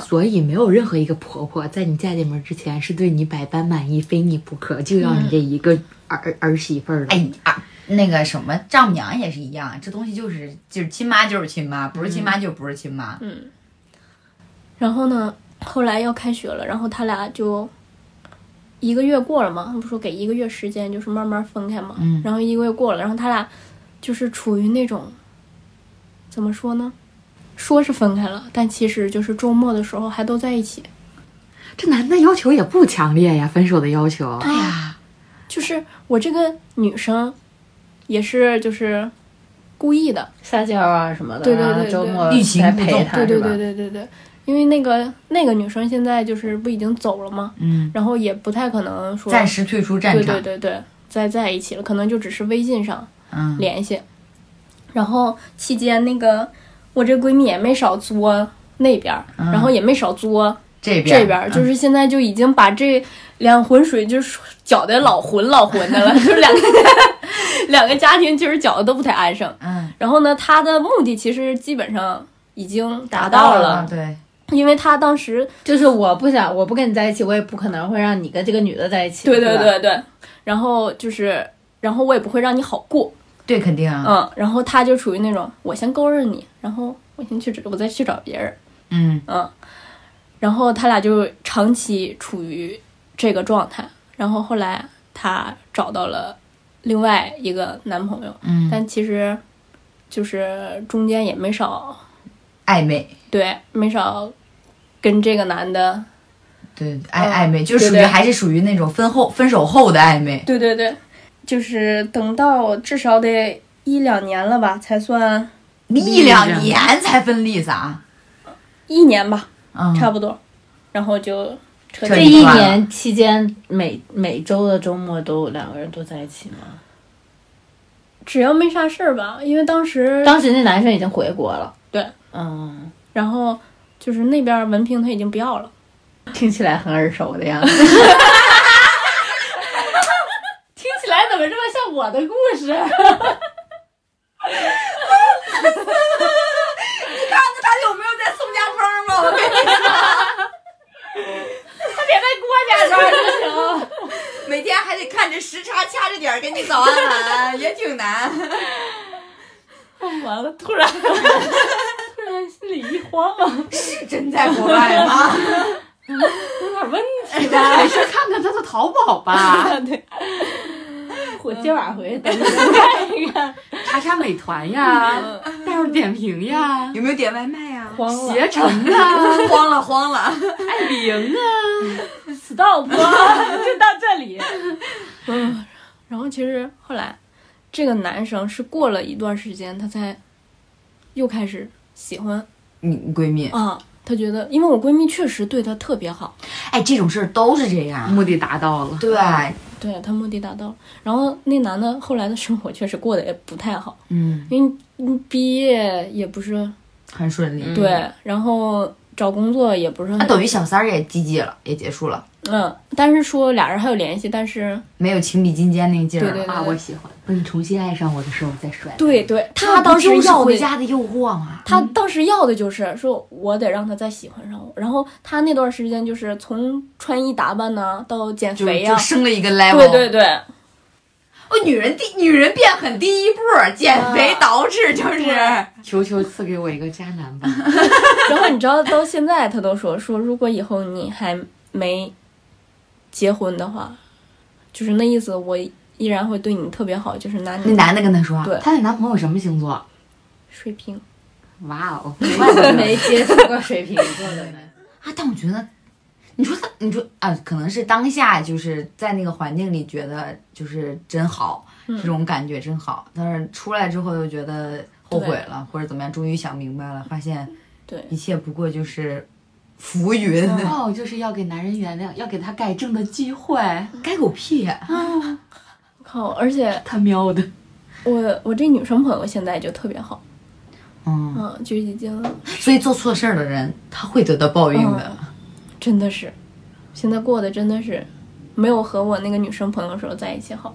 [SPEAKER 1] 所以没有任何一个婆婆在你嫁进门之前是对你百般满意，非你不可，就要你
[SPEAKER 2] 嗯
[SPEAKER 1] 这一个儿儿媳妇儿的。
[SPEAKER 2] 哎啊，那个什么丈母娘也是一样，这东西就是就是亲妈就是亲妈，不是亲妈就不是亲妈。
[SPEAKER 5] 嗯。然后呢，后来要开学了，然后他俩就一个月过了嘛，他不说给一个月时间，就是慢慢分开嘛。
[SPEAKER 2] 嗯
[SPEAKER 5] 然后一个月过了，然后他俩就是处于那种怎么说呢？说是分开了，但其实就是周末的时候还都在一起，
[SPEAKER 1] 这男的要求也不强烈呀，分手的要求。
[SPEAKER 2] 哎呀，
[SPEAKER 5] 就是我这个女生也是就是故意的，
[SPEAKER 4] 撒娇啊什么的，
[SPEAKER 5] 对对对
[SPEAKER 4] 然后
[SPEAKER 5] 对
[SPEAKER 4] 周末
[SPEAKER 2] 欲擒
[SPEAKER 4] 来
[SPEAKER 2] 故
[SPEAKER 4] 陪
[SPEAKER 2] 纵
[SPEAKER 4] 他，
[SPEAKER 5] 对对
[SPEAKER 4] 是吧
[SPEAKER 5] 对？对对对，因为那个那个女生现在就是不已经走了吗？
[SPEAKER 2] 嗯，
[SPEAKER 5] 然后也不太可能说
[SPEAKER 2] 暂时退出战
[SPEAKER 5] 对
[SPEAKER 2] 场。
[SPEAKER 5] 对对对，在在一起了，可能就只是微信上
[SPEAKER 2] 嗯，
[SPEAKER 5] 联系。然后嗯期间那个我这闺蜜也没少作那边儿，然后也没少作
[SPEAKER 2] 这边
[SPEAKER 5] 这边儿，嗯就是现在就已经把这两浑水就是搅得老浑老浑的了， 就是两个两个家庭其实搅得都不太安生。
[SPEAKER 2] 嗯
[SPEAKER 5] 然后呢，他的目的其实基本上已经达
[SPEAKER 2] 到
[SPEAKER 5] 到
[SPEAKER 2] 了
[SPEAKER 5] 了，
[SPEAKER 2] 对，
[SPEAKER 5] 因为他当时
[SPEAKER 4] 就是我不想，我不跟你在一起，我也不可能会让你跟这个女的在一起。
[SPEAKER 5] 对对
[SPEAKER 4] 对吧
[SPEAKER 5] 对对，然后就是，然后我也不会让你好过，
[SPEAKER 2] 对肯定啊，
[SPEAKER 5] 嗯，然后他就处于那种我先勾着你，然后我先去找，我再去找别人，
[SPEAKER 2] 嗯
[SPEAKER 5] 嗯，然后他俩就长期处于这个状态，然后后来他找到了另外一个男朋友，
[SPEAKER 2] 嗯，
[SPEAKER 5] 但其实就是中间也没少
[SPEAKER 2] 暧昧，
[SPEAKER 5] 对没少跟这个男的，
[SPEAKER 2] 对暧暧昧，就
[SPEAKER 5] 对
[SPEAKER 2] 属于
[SPEAKER 5] 对
[SPEAKER 2] 还是属于那种分后分手后的暧昧，
[SPEAKER 5] 对对对，就是等到至少得一两年了吧，才算
[SPEAKER 2] 你
[SPEAKER 1] 着
[SPEAKER 2] 一两年才分离咋？
[SPEAKER 5] 一年吧，
[SPEAKER 2] 嗯，
[SPEAKER 5] 差不多，然后就彻
[SPEAKER 2] 彻
[SPEAKER 5] 底
[SPEAKER 4] 这
[SPEAKER 2] 底
[SPEAKER 4] 一
[SPEAKER 2] 断了
[SPEAKER 4] 年期间，每每周的周末都两个人都在一起吗？
[SPEAKER 5] 只要没啥事儿吧，因为当时，
[SPEAKER 4] 当时那男生已经回国了。
[SPEAKER 5] 对，
[SPEAKER 4] 嗯，
[SPEAKER 5] 然后就是那边文凭他已经不要了，
[SPEAKER 4] 听起来很耳熟的样子。 听起来怎么这么像我的故事？
[SPEAKER 2] 他有没有在宋家庄吗？我跟你
[SPEAKER 4] 别在郭家庄就行。
[SPEAKER 2] 每天还得看着时差掐着点儿给你早安晚安，也挺难。
[SPEAKER 5] 完了，突然突然心里一慌啊，
[SPEAKER 2] 是真在国外吗？
[SPEAKER 5] 有点问题
[SPEAKER 1] 没事，看看他的淘宝吧，
[SPEAKER 5] 吧？对，
[SPEAKER 4] 我今晚回去等你。
[SPEAKER 1] 查查美团呀，
[SPEAKER 2] 嗯
[SPEAKER 1] 大众点评呀，
[SPEAKER 2] 有没有点外卖呀、
[SPEAKER 5] 慌了
[SPEAKER 1] 携程啊，
[SPEAKER 2] 慌了慌了，
[SPEAKER 1] 爱彼迎啊，
[SPEAKER 5] ，stop，就 到这里。嗯，然后其实后来这个男生是过了一段时间，他才又开始喜欢
[SPEAKER 2] 你你闺蜜，
[SPEAKER 5] 啊。他觉得，因为我闺蜜确实对他特别好，
[SPEAKER 2] 哎，这种事儿都是这 样。
[SPEAKER 1] 目的达到了。
[SPEAKER 2] 嗯对，
[SPEAKER 5] 对他目的达到了。然后那男的后来的生活确实过得也不太好，
[SPEAKER 2] 嗯，
[SPEAKER 5] 因为嗯毕业也不是
[SPEAKER 2] 很顺利。
[SPEAKER 5] 对，然后找工作也不是
[SPEAKER 2] 那
[SPEAKER 5] 很
[SPEAKER 2] 等于小三儿也 GG 了，也结束了，
[SPEAKER 5] 嗯，但是说俩人还有联系，但是
[SPEAKER 2] 没有情比金坚那个劲儿了。
[SPEAKER 5] 对对
[SPEAKER 1] 啊，我喜欢。等你重新爱上我的时候，我再甩。
[SPEAKER 5] 对对，
[SPEAKER 2] 他
[SPEAKER 5] 他
[SPEAKER 2] 当
[SPEAKER 5] 当
[SPEAKER 2] 时
[SPEAKER 5] 时
[SPEAKER 2] 要
[SPEAKER 5] 要
[SPEAKER 2] 回
[SPEAKER 5] 的，
[SPEAKER 2] 家的诱惑啊嘛，
[SPEAKER 5] 他当时要的就是说，我得让他再喜欢上我。然后他那段时间就是从穿衣打扮呐、到减
[SPEAKER 2] 就
[SPEAKER 5] 肥呀、
[SPEAKER 2] 就升了一个 level。
[SPEAKER 5] 对对对，
[SPEAKER 2] 哦，女人第女人变狠第一步，减肥捯饬就是。
[SPEAKER 5] 啊
[SPEAKER 1] 求求赐给我一个渣男吧。
[SPEAKER 5] 然后你知道到现在他都说说，如果以后你还没结婚的话，就是那意思，我依然会对你特别好，就是拿
[SPEAKER 2] 那
[SPEAKER 5] 你
[SPEAKER 2] 男的跟她说，
[SPEAKER 5] 对
[SPEAKER 1] 她的男朋友什么星座？
[SPEAKER 5] 水平。
[SPEAKER 1] 哇哦，
[SPEAKER 4] 没接触过水瓶座的人。
[SPEAKER 2] 啊，但我觉得，你说他，你说啊，可能是当下就是在那个环境里觉得就是真好，
[SPEAKER 5] 嗯
[SPEAKER 2] 这种感觉真好，但是出来之后又觉得后悔了，或者怎么样，终于想明白了，发现
[SPEAKER 5] 对
[SPEAKER 2] 一切不过就是浮云，
[SPEAKER 1] 哦，就是要给男人原谅，要给他改正的机会。
[SPEAKER 2] 该狗屁呀、
[SPEAKER 5] 靠！而且
[SPEAKER 1] 他喵的，
[SPEAKER 5] 我我这女生朋友现在就特别好，
[SPEAKER 2] 嗯，
[SPEAKER 5] 嗯，就已经
[SPEAKER 2] 所以做错事儿的人他会得到报应的。
[SPEAKER 5] 真的是，现在过得真的是没有和我那个女生朋友时候在一起好。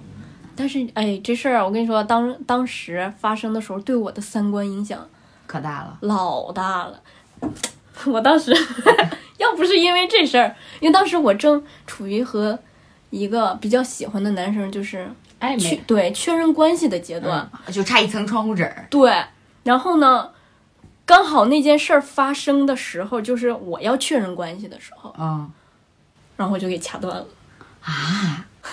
[SPEAKER 5] 但是哎，这事儿我跟你说，当当时发生的时候，对我的三观影响
[SPEAKER 2] 可大了，
[SPEAKER 5] 老大了。 我当时 要不是因为这事儿，因为当时我正处于和一个比较喜欢的男生就是
[SPEAKER 4] 暧
[SPEAKER 5] 确
[SPEAKER 4] 昧，嗯
[SPEAKER 5] 对确认关系的阶段，
[SPEAKER 2] 就差一层窗户纸儿，
[SPEAKER 5] 对，然后呢，刚好那件事儿发生的时候，就是我要确认关系的时候，
[SPEAKER 2] 嗯，
[SPEAKER 5] 然后我就给掐断了。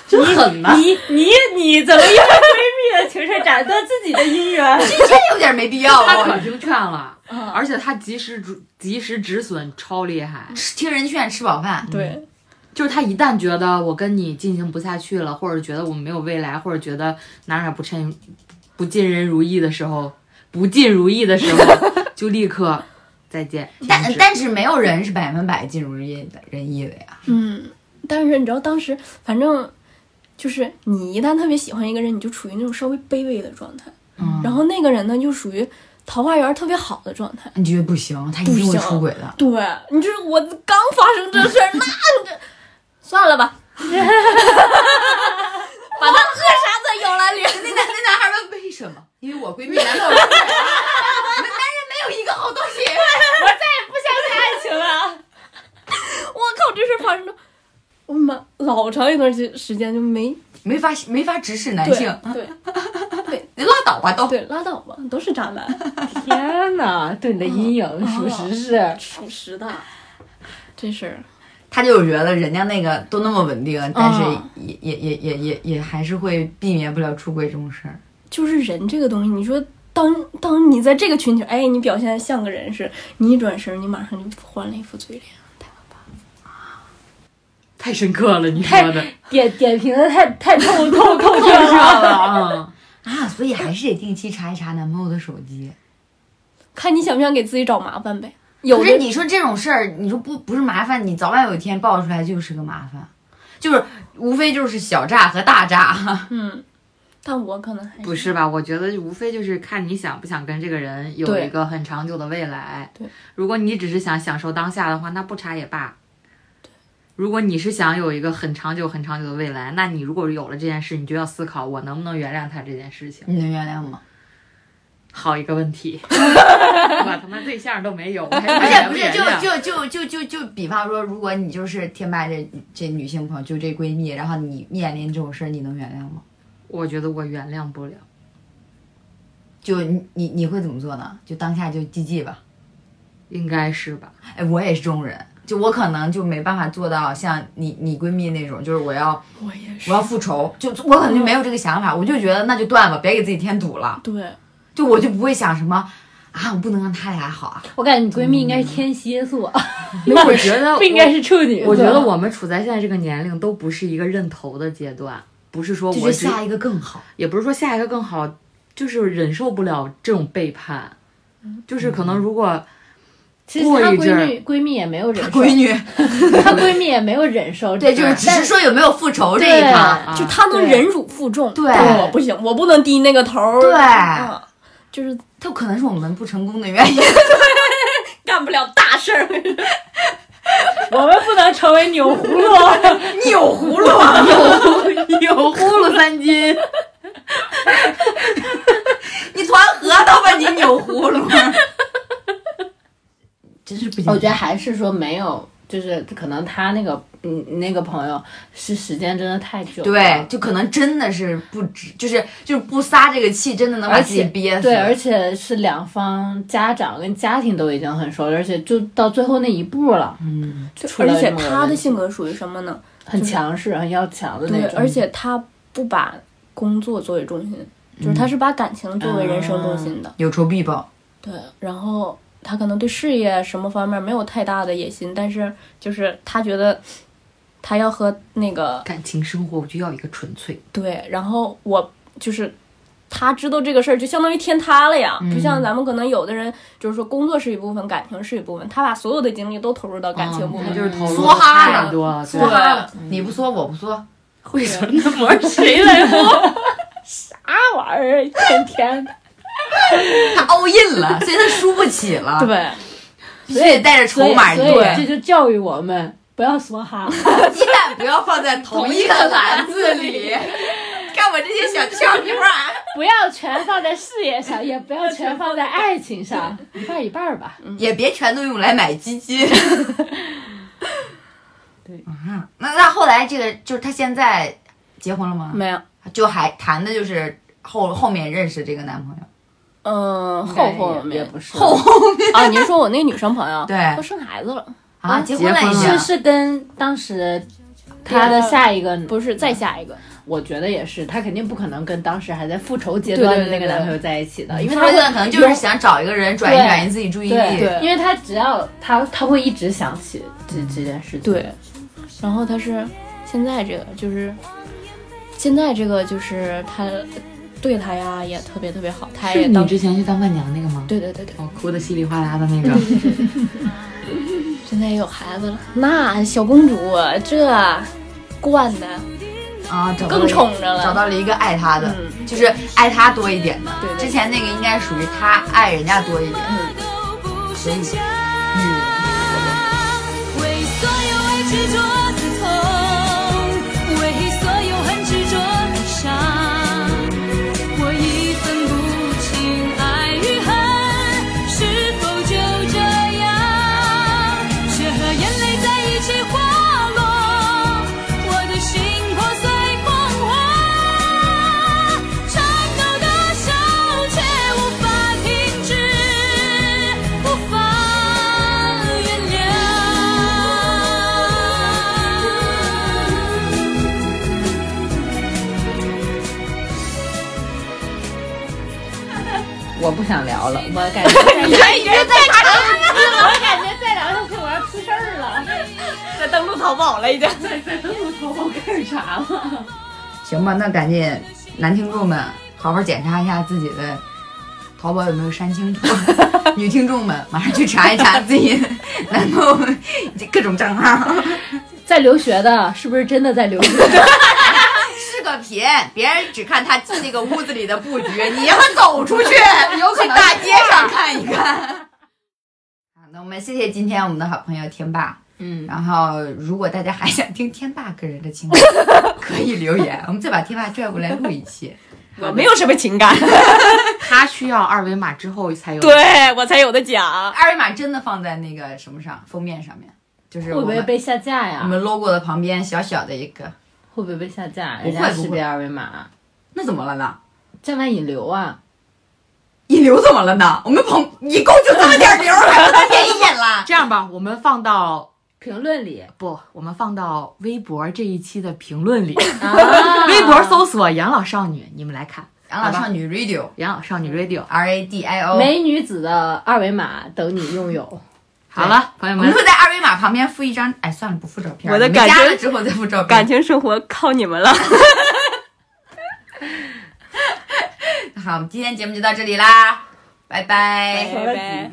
[SPEAKER 1] 真狠呐！
[SPEAKER 4] 你你你怎么因为闺蜜的情事斩断自己的姻缘？
[SPEAKER 2] 这有点没必要
[SPEAKER 1] 他
[SPEAKER 2] 啊。
[SPEAKER 1] 可 听劝了，
[SPEAKER 5] 嗯
[SPEAKER 1] 而且他及时止及时止损超厉害。
[SPEAKER 2] 吃听人劝，吃饱饭。
[SPEAKER 5] 对，
[SPEAKER 1] 就是他一旦觉得我跟你进行不下去了，或者觉得我们没有未来，或者觉得哪哪不趁不尽人如意的时候，不尽如意的时候， 就立刻再见。
[SPEAKER 2] 但
[SPEAKER 1] 停止
[SPEAKER 2] 但是没有人是百分百尽如人意的人意的呀。
[SPEAKER 5] 嗯，但是你知道当时，反正就是你一旦特别喜欢一个人，你就处于那种稍微卑微的状态，
[SPEAKER 2] 嗯
[SPEAKER 5] 然后那个人呢就属于桃花源特别好的状态。
[SPEAKER 2] 你觉得不行，他一定会
[SPEAKER 5] 不行
[SPEAKER 2] 出轨的。
[SPEAKER 5] 对，你就是我刚发生这事儿，那这算了吧， 把他扼杀在摇篮里。
[SPEAKER 2] 那男那男孩问为什么？因为我闺蜜来到我这儿了，我们男人没有一个好东西。
[SPEAKER 5] 我靠，这事儿发生了，我妈老长一段时时间就没
[SPEAKER 2] 没法没法直视男
[SPEAKER 5] 对
[SPEAKER 2] 性，
[SPEAKER 5] 对
[SPEAKER 2] 你拉倒吧都。
[SPEAKER 5] 对，拉倒吧，都是渣男，
[SPEAKER 1] 天哪，对你的阴影属实是。
[SPEAKER 4] 哦
[SPEAKER 5] 属实的，这事儿
[SPEAKER 2] 他就觉得人家那个都那么稳定，但是
[SPEAKER 5] 嗯
[SPEAKER 2] 也、也也也也也还是会避免不了出轨这种事儿。
[SPEAKER 5] 就是人这个东西，你说。当当你在这个群体，哎，你表现得像个人似的，你一转身，你马上就换了一副嘴脸。
[SPEAKER 1] 太深刻了，你说的
[SPEAKER 4] 点点评的太太透 透透彻
[SPEAKER 1] 太深刻
[SPEAKER 4] 了。
[SPEAKER 1] 了啊！
[SPEAKER 2] 啊，所以还是得定期查一查男朋友的手机。
[SPEAKER 5] 看你想不想给自己找麻烦呗。有
[SPEAKER 2] 可
[SPEAKER 5] 的
[SPEAKER 2] 是你说这种事儿，你说不不是麻烦，你早晚有一天爆出来就是个麻烦，就是无非就是小诈和大诈。
[SPEAKER 5] 嗯，但我可能还
[SPEAKER 1] 不是吧？我觉得无非就是看你想不想跟这个人有
[SPEAKER 5] 对
[SPEAKER 1] 一个很长久的未来。
[SPEAKER 5] 对，
[SPEAKER 1] 如果你只是想享受当下的话，那不查也罢。如果你是想有一个很长久、很长久的未来，那你如果有了这件事，你就要思考我能不能原谅他这件事情。
[SPEAKER 2] 你能原谅吗？
[SPEAKER 1] 好一个问题，我他妈对象都没有，我还
[SPEAKER 2] 不是不是，
[SPEAKER 1] 原
[SPEAKER 2] 就
[SPEAKER 1] 谅
[SPEAKER 2] 就就就就就比方说，如果你就是天霸这这女性朋友，就这闺蜜，然后你面临这种事儿，你能原谅吗？
[SPEAKER 1] 我觉得我原谅不了。
[SPEAKER 2] 就你你你会怎么做呢？就当下就 GG 吧。
[SPEAKER 1] 应该是吧？
[SPEAKER 2] 哎，我也是这种人，就我可能就没办法做到像你你闺蜜那种，就是我要
[SPEAKER 5] 我也是
[SPEAKER 2] 我要复仇，就我可能就没有这个想法，我就觉得那就断吧，别给自己添堵了，
[SPEAKER 5] 对，
[SPEAKER 2] 就我就不会想什么啊，我不能让他俩好啊，
[SPEAKER 4] 我感觉你闺蜜应该是天蝎 座，
[SPEAKER 1] 我觉得
[SPEAKER 4] 不应该是处女座。
[SPEAKER 1] 我觉得我们处在现在这个年龄，都不是一个认头的阶段，不是说
[SPEAKER 2] 就
[SPEAKER 1] 我
[SPEAKER 2] 是
[SPEAKER 1] 只
[SPEAKER 2] 下一个更好。
[SPEAKER 1] 也不是说下一个更好，就是忍受不了这种背叛，就是可能如果
[SPEAKER 4] 其实她
[SPEAKER 1] 过一阵儿
[SPEAKER 4] 闺蜜闺蜜也没有忍受，
[SPEAKER 2] 闺女，
[SPEAKER 4] 她闺蜜也没有忍受。
[SPEAKER 2] 对，就是只
[SPEAKER 4] 但
[SPEAKER 2] 是说有没有复仇这一趴，
[SPEAKER 1] 啊
[SPEAKER 5] 就他能
[SPEAKER 4] 对
[SPEAKER 5] 忍辱负重，
[SPEAKER 2] 对
[SPEAKER 5] 但我不行，我不能低那个头儿。
[SPEAKER 2] 对
[SPEAKER 5] 嗯就是
[SPEAKER 2] 它可能是我们不成功的原因。
[SPEAKER 5] 干不了大事儿。
[SPEAKER 4] 我们不能成为钮葫芦。
[SPEAKER 2] 扭葫芦，
[SPEAKER 1] 有呼噜三斤，
[SPEAKER 2] 你团核桃吧，你扭葫芦。真是不行，
[SPEAKER 4] 我觉得还是说没有，就是可能她那个嗯那个朋友是时间真的太久 了。
[SPEAKER 2] 对，就可能真的是不止，就是就是不撒这个气，真的能把
[SPEAKER 4] 而
[SPEAKER 2] 自己
[SPEAKER 4] 且
[SPEAKER 2] 憋死。
[SPEAKER 4] 对，而且是两方家长跟家庭都已经很熟了，而且就到最后那一步了，
[SPEAKER 2] 嗯，
[SPEAKER 5] 就
[SPEAKER 4] 出了
[SPEAKER 5] 而且
[SPEAKER 4] 这么个
[SPEAKER 5] 他
[SPEAKER 4] 问
[SPEAKER 5] 的
[SPEAKER 4] 题
[SPEAKER 5] 性格属于什么呢？
[SPEAKER 4] 很强势，很要强的那
[SPEAKER 5] 对，
[SPEAKER 4] 种。
[SPEAKER 5] 而且他不把工作作为中心，
[SPEAKER 1] 嗯
[SPEAKER 5] 就是他是把感情作为人生中心
[SPEAKER 1] 啊
[SPEAKER 5] 的。
[SPEAKER 2] 有仇必报。
[SPEAKER 5] 对，然后他可能对事业什么方面没有太大的野心，但是就是他觉得他要和那个
[SPEAKER 1] 感情生活我就要一个纯粹，
[SPEAKER 5] 对，然后我就是他知道这个事儿，就相当于天塌了
[SPEAKER 1] 嗯
[SPEAKER 5] 呀。不像咱们可能有的人就是说工作是一部分，感情是一部分，他把所有的精力都投入到感情部
[SPEAKER 1] 那
[SPEAKER 5] 分。
[SPEAKER 1] 啊就是投入
[SPEAKER 2] 梭哈呀
[SPEAKER 1] 太多了，
[SPEAKER 5] 梭哈
[SPEAKER 2] 了，你不说我不说，
[SPEAKER 1] 会什么膜谁来摸？
[SPEAKER 5] 啥玩意儿？一天天的。
[SPEAKER 2] 他 all in 了，所以他输不起了，
[SPEAKER 5] 对，
[SPEAKER 2] 必须得带着
[SPEAKER 4] 所
[SPEAKER 2] 筹
[SPEAKER 4] 以
[SPEAKER 2] 码一
[SPEAKER 4] 所以这
[SPEAKER 2] 顿，
[SPEAKER 4] 就教育我们不要梭哈。
[SPEAKER 2] 鸡蛋不要放 在同一个篮子里。看我这些小窍门啊！
[SPEAKER 4] 不要全放在事业上，也不要全放在爱情上，一半儿一半儿 吧。
[SPEAKER 2] 也别全都用来买基 金。
[SPEAKER 4] 对
[SPEAKER 2] 啊，那那后来这个就是他现在结婚了吗？
[SPEAKER 5] 没有。
[SPEAKER 2] 就还谈的就是后后面认识这个男朋友。
[SPEAKER 5] 嗯，后
[SPEAKER 4] 也
[SPEAKER 5] 后没
[SPEAKER 4] 也
[SPEAKER 5] 有
[SPEAKER 4] 不是
[SPEAKER 2] 后
[SPEAKER 5] 啊？你是说我那个女生朋友，
[SPEAKER 2] 对
[SPEAKER 5] 都生孩子了，
[SPEAKER 2] 啊，结婚了已
[SPEAKER 1] 结婚
[SPEAKER 4] 是
[SPEAKER 1] 了
[SPEAKER 2] 经。
[SPEAKER 4] 是跟当时他的下一个，
[SPEAKER 5] 不是再下一个，
[SPEAKER 4] 我觉得也是，他肯定不可能跟当时还在复仇阶段的那个男朋友在一起的，因为
[SPEAKER 2] 他
[SPEAKER 4] 他
[SPEAKER 2] 现
[SPEAKER 4] 会
[SPEAKER 2] 在可能就是想找一个人转移
[SPEAKER 4] 对
[SPEAKER 2] 转移自己注意
[SPEAKER 4] 对
[SPEAKER 2] 力。
[SPEAKER 5] 对
[SPEAKER 4] 因为他只要他他会一直想起这这件事情。
[SPEAKER 5] 对，然后他是现在这个就是现在这个就是他对他呀也特别特别好，他也
[SPEAKER 1] 是你
[SPEAKER 5] 哎当
[SPEAKER 1] 之前去当伴娘那个吗？
[SPEAKER 5] 对对对对，
[SPEAKER 1] 我哭的稀里哗啦的那 个，
[SPEAKER 5] 啊现在也有孩子了，那小公主这惯的
[SPEAKER 2] 啊，找到
[SPEAKER 5] 更宠着了
[SPEAKER 2] 找到了一个爱他的，
[SPEAKER 5] 嗯
[SPEAKER 2] 就是爱他多一点的。
[SPEAKER 5] 对对对
[SPEAKER 2] 之前那个应该属于他爱人家多一点。所以，嗯，
[SPEAKER 7] 为所有爱执着的痛，为所有恨执着的伤，我已分不清爱与恨是否就这样，血和眼泪在一起滑落，我的心破碎风化，颤抖的手却无法停止，无法。原谅。
[SPEAKER 1] 我不想聊了。
[SPEAKER 4] 我感觉再聊，
[SPEAKER 2] 一直在
[SPEAKER 4] 我感觉再聊下去我要出事儿了。
[SPEAKER 5] 在登录淘宝了已经。
[SPEAKER 4] 在在登录淘宝干啥了？
[SPEAKER 2] 行吧，那赶紧，男听众们好好检查一下自己的淘宝有没有删清 楚。女听众们马上去查一查自己的男朋友各种账号。
[SPEAKER 4] 在留学的，是不是真的在留 学？
[SPEAKER 2] 是个贫，别人只看他那个屋子里的布局，你要走出去， 有可能大街上看一看。 好，那我们谢谢今天我们的好朋友天霸。
[SPEAKER 1] 嗯，
[SPEAKER 2] 然后，如果大家还想听天霸个人的情感，可以留言，我们再把天霸拽过来录一期。
[SPEAKER 5] 我没有什么情感，
[SPEAKER 1] 他需要二维码之后才有。
[SPEAKER 5] 对我才有的讲。
[SPEAKER 2] 二维码真的放在那个什么上封面上面，就是
[SPEAKER 4] 会
[SPEAKER 2] 我
[SPEAKER 4] 不会
[SPEAKER 2] 们
[SPEAKER 4] 被啊下架
[SPEAKER 2] 我
[SPEAKER 4] 呀？
[SPEAKER 2] 们 logo 的旁边小小的一个，
[SPEAKER 4] 会不会被下架？
[SPEAKER 2] 不会
[SPEAKER 4] 人家
[SPEAKER 2] 不会
[SPEAKER 4] 识别二维码，
[SPEAKER 2] 那怎么了呢？
[SPEAKER 4] 站外引流啊！
[SPEAKER 2] 引流怎么了呢？我们捧一共就这么点流，还不能给引了？
[SPEAKER 1] 这样吧，我们放到
[SPEAKER 4] 评论里
[SPEAKER 1] 不，我们放到微博这一期的评论里，
[SPEAKER 4] 啊
[SPEAKER 1] 微博搜索“养老少女”，你们来看
[SPEAKER 2] 养老少女 radio。
[SPEAKER 1] “养老少女 Radio”。
[SPEAKER 2] R A D I O。
[SPEAKER 4] 美女子的二维码等你拥有。
[SPEAKER 1] 好了，朋友
[SPEAKER 2] 我
[SPEAKER 1] 们
[SPEAKER 2] 们，会在二维码旁边附一张，哎，算了，不附照片。
[SPEAKER 5] 我的感觉
[SPEAKER 2] 你们加了之后再附照片。
[SPEAKER 5] 感情生活靠你们了，
[SPEAKER 2] 好，我们今天节目就到这里啦，拜拜
[SPEAKER 5] 拜拜。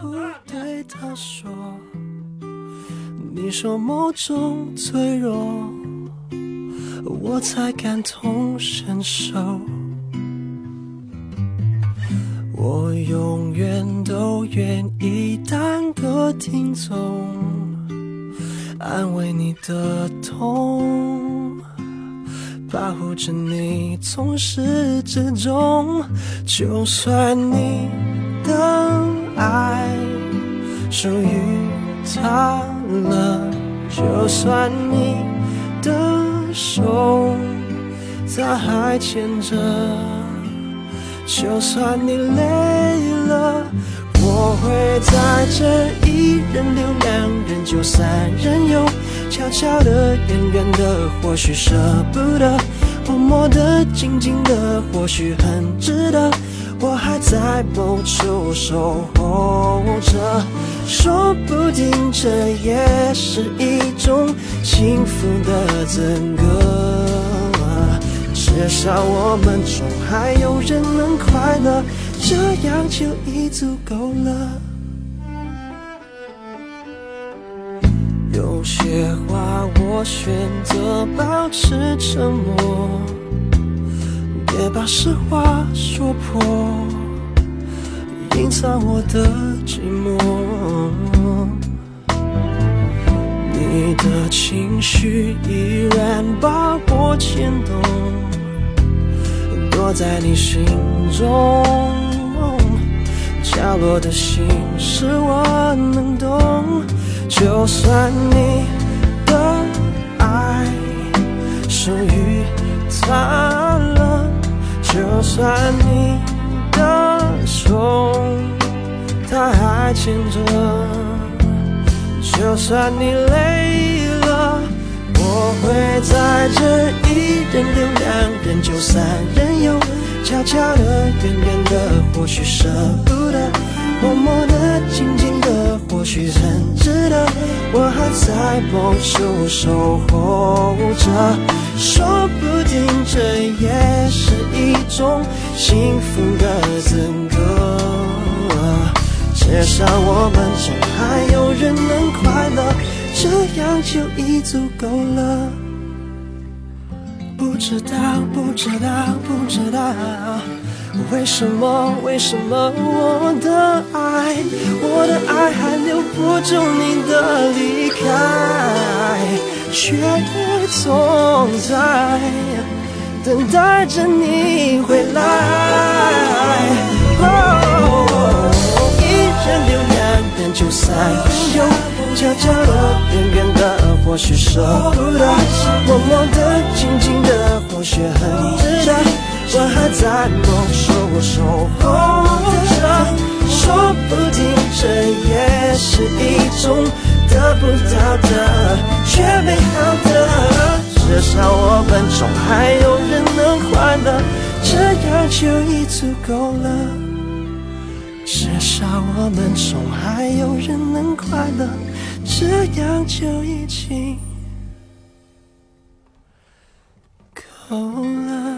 [SPEAKER 6] 不对他说，你说某种脆弱，我才感同身受。我永远都愿意当个听众，安慰你的痛。保护着你从始至终。就算你的爱属于他了，就算你的手他还牵着，就算你累了。我会在这一人留两人就三人游，悄悄的、远远的，或许舍不得，默默的、静静的，或许很值得。我还在某处守候着，说不定这也是一种幸福的资格。至少我们中还有人能快乐，这样就已足够了。有些话我选择保持沉默，别把实话说破，隐藏我的寂寞。你的情绪依然把我牵动，躲在你心中角落的心事我能懂。就算你的爱属于他了，就算你的手他还牵着。就算你累了，我会在这一人留两人就三人游，悄悄的、远远的，或许舍不得，默默的、静静的，或许很值得。我还在某处守候着，说不定这也是一种幸福的资格。至少我们中还有人能快乐，这样就已足够了。不知道，不知道，不知道，为什么，为什么我的爱，我的爱还留不住你的离开，却总在等待着你回来。哦，一人留两边就散，又悄悄的，远远的，或许舍不得，默默的，静静的，或许很值得。我还在默守，我守候着，说不定这也是一种得不到的却美好的。至少我们中还有人能快乐，这样就已足够了。至少我们中还有人能快乐，这样就已经够了。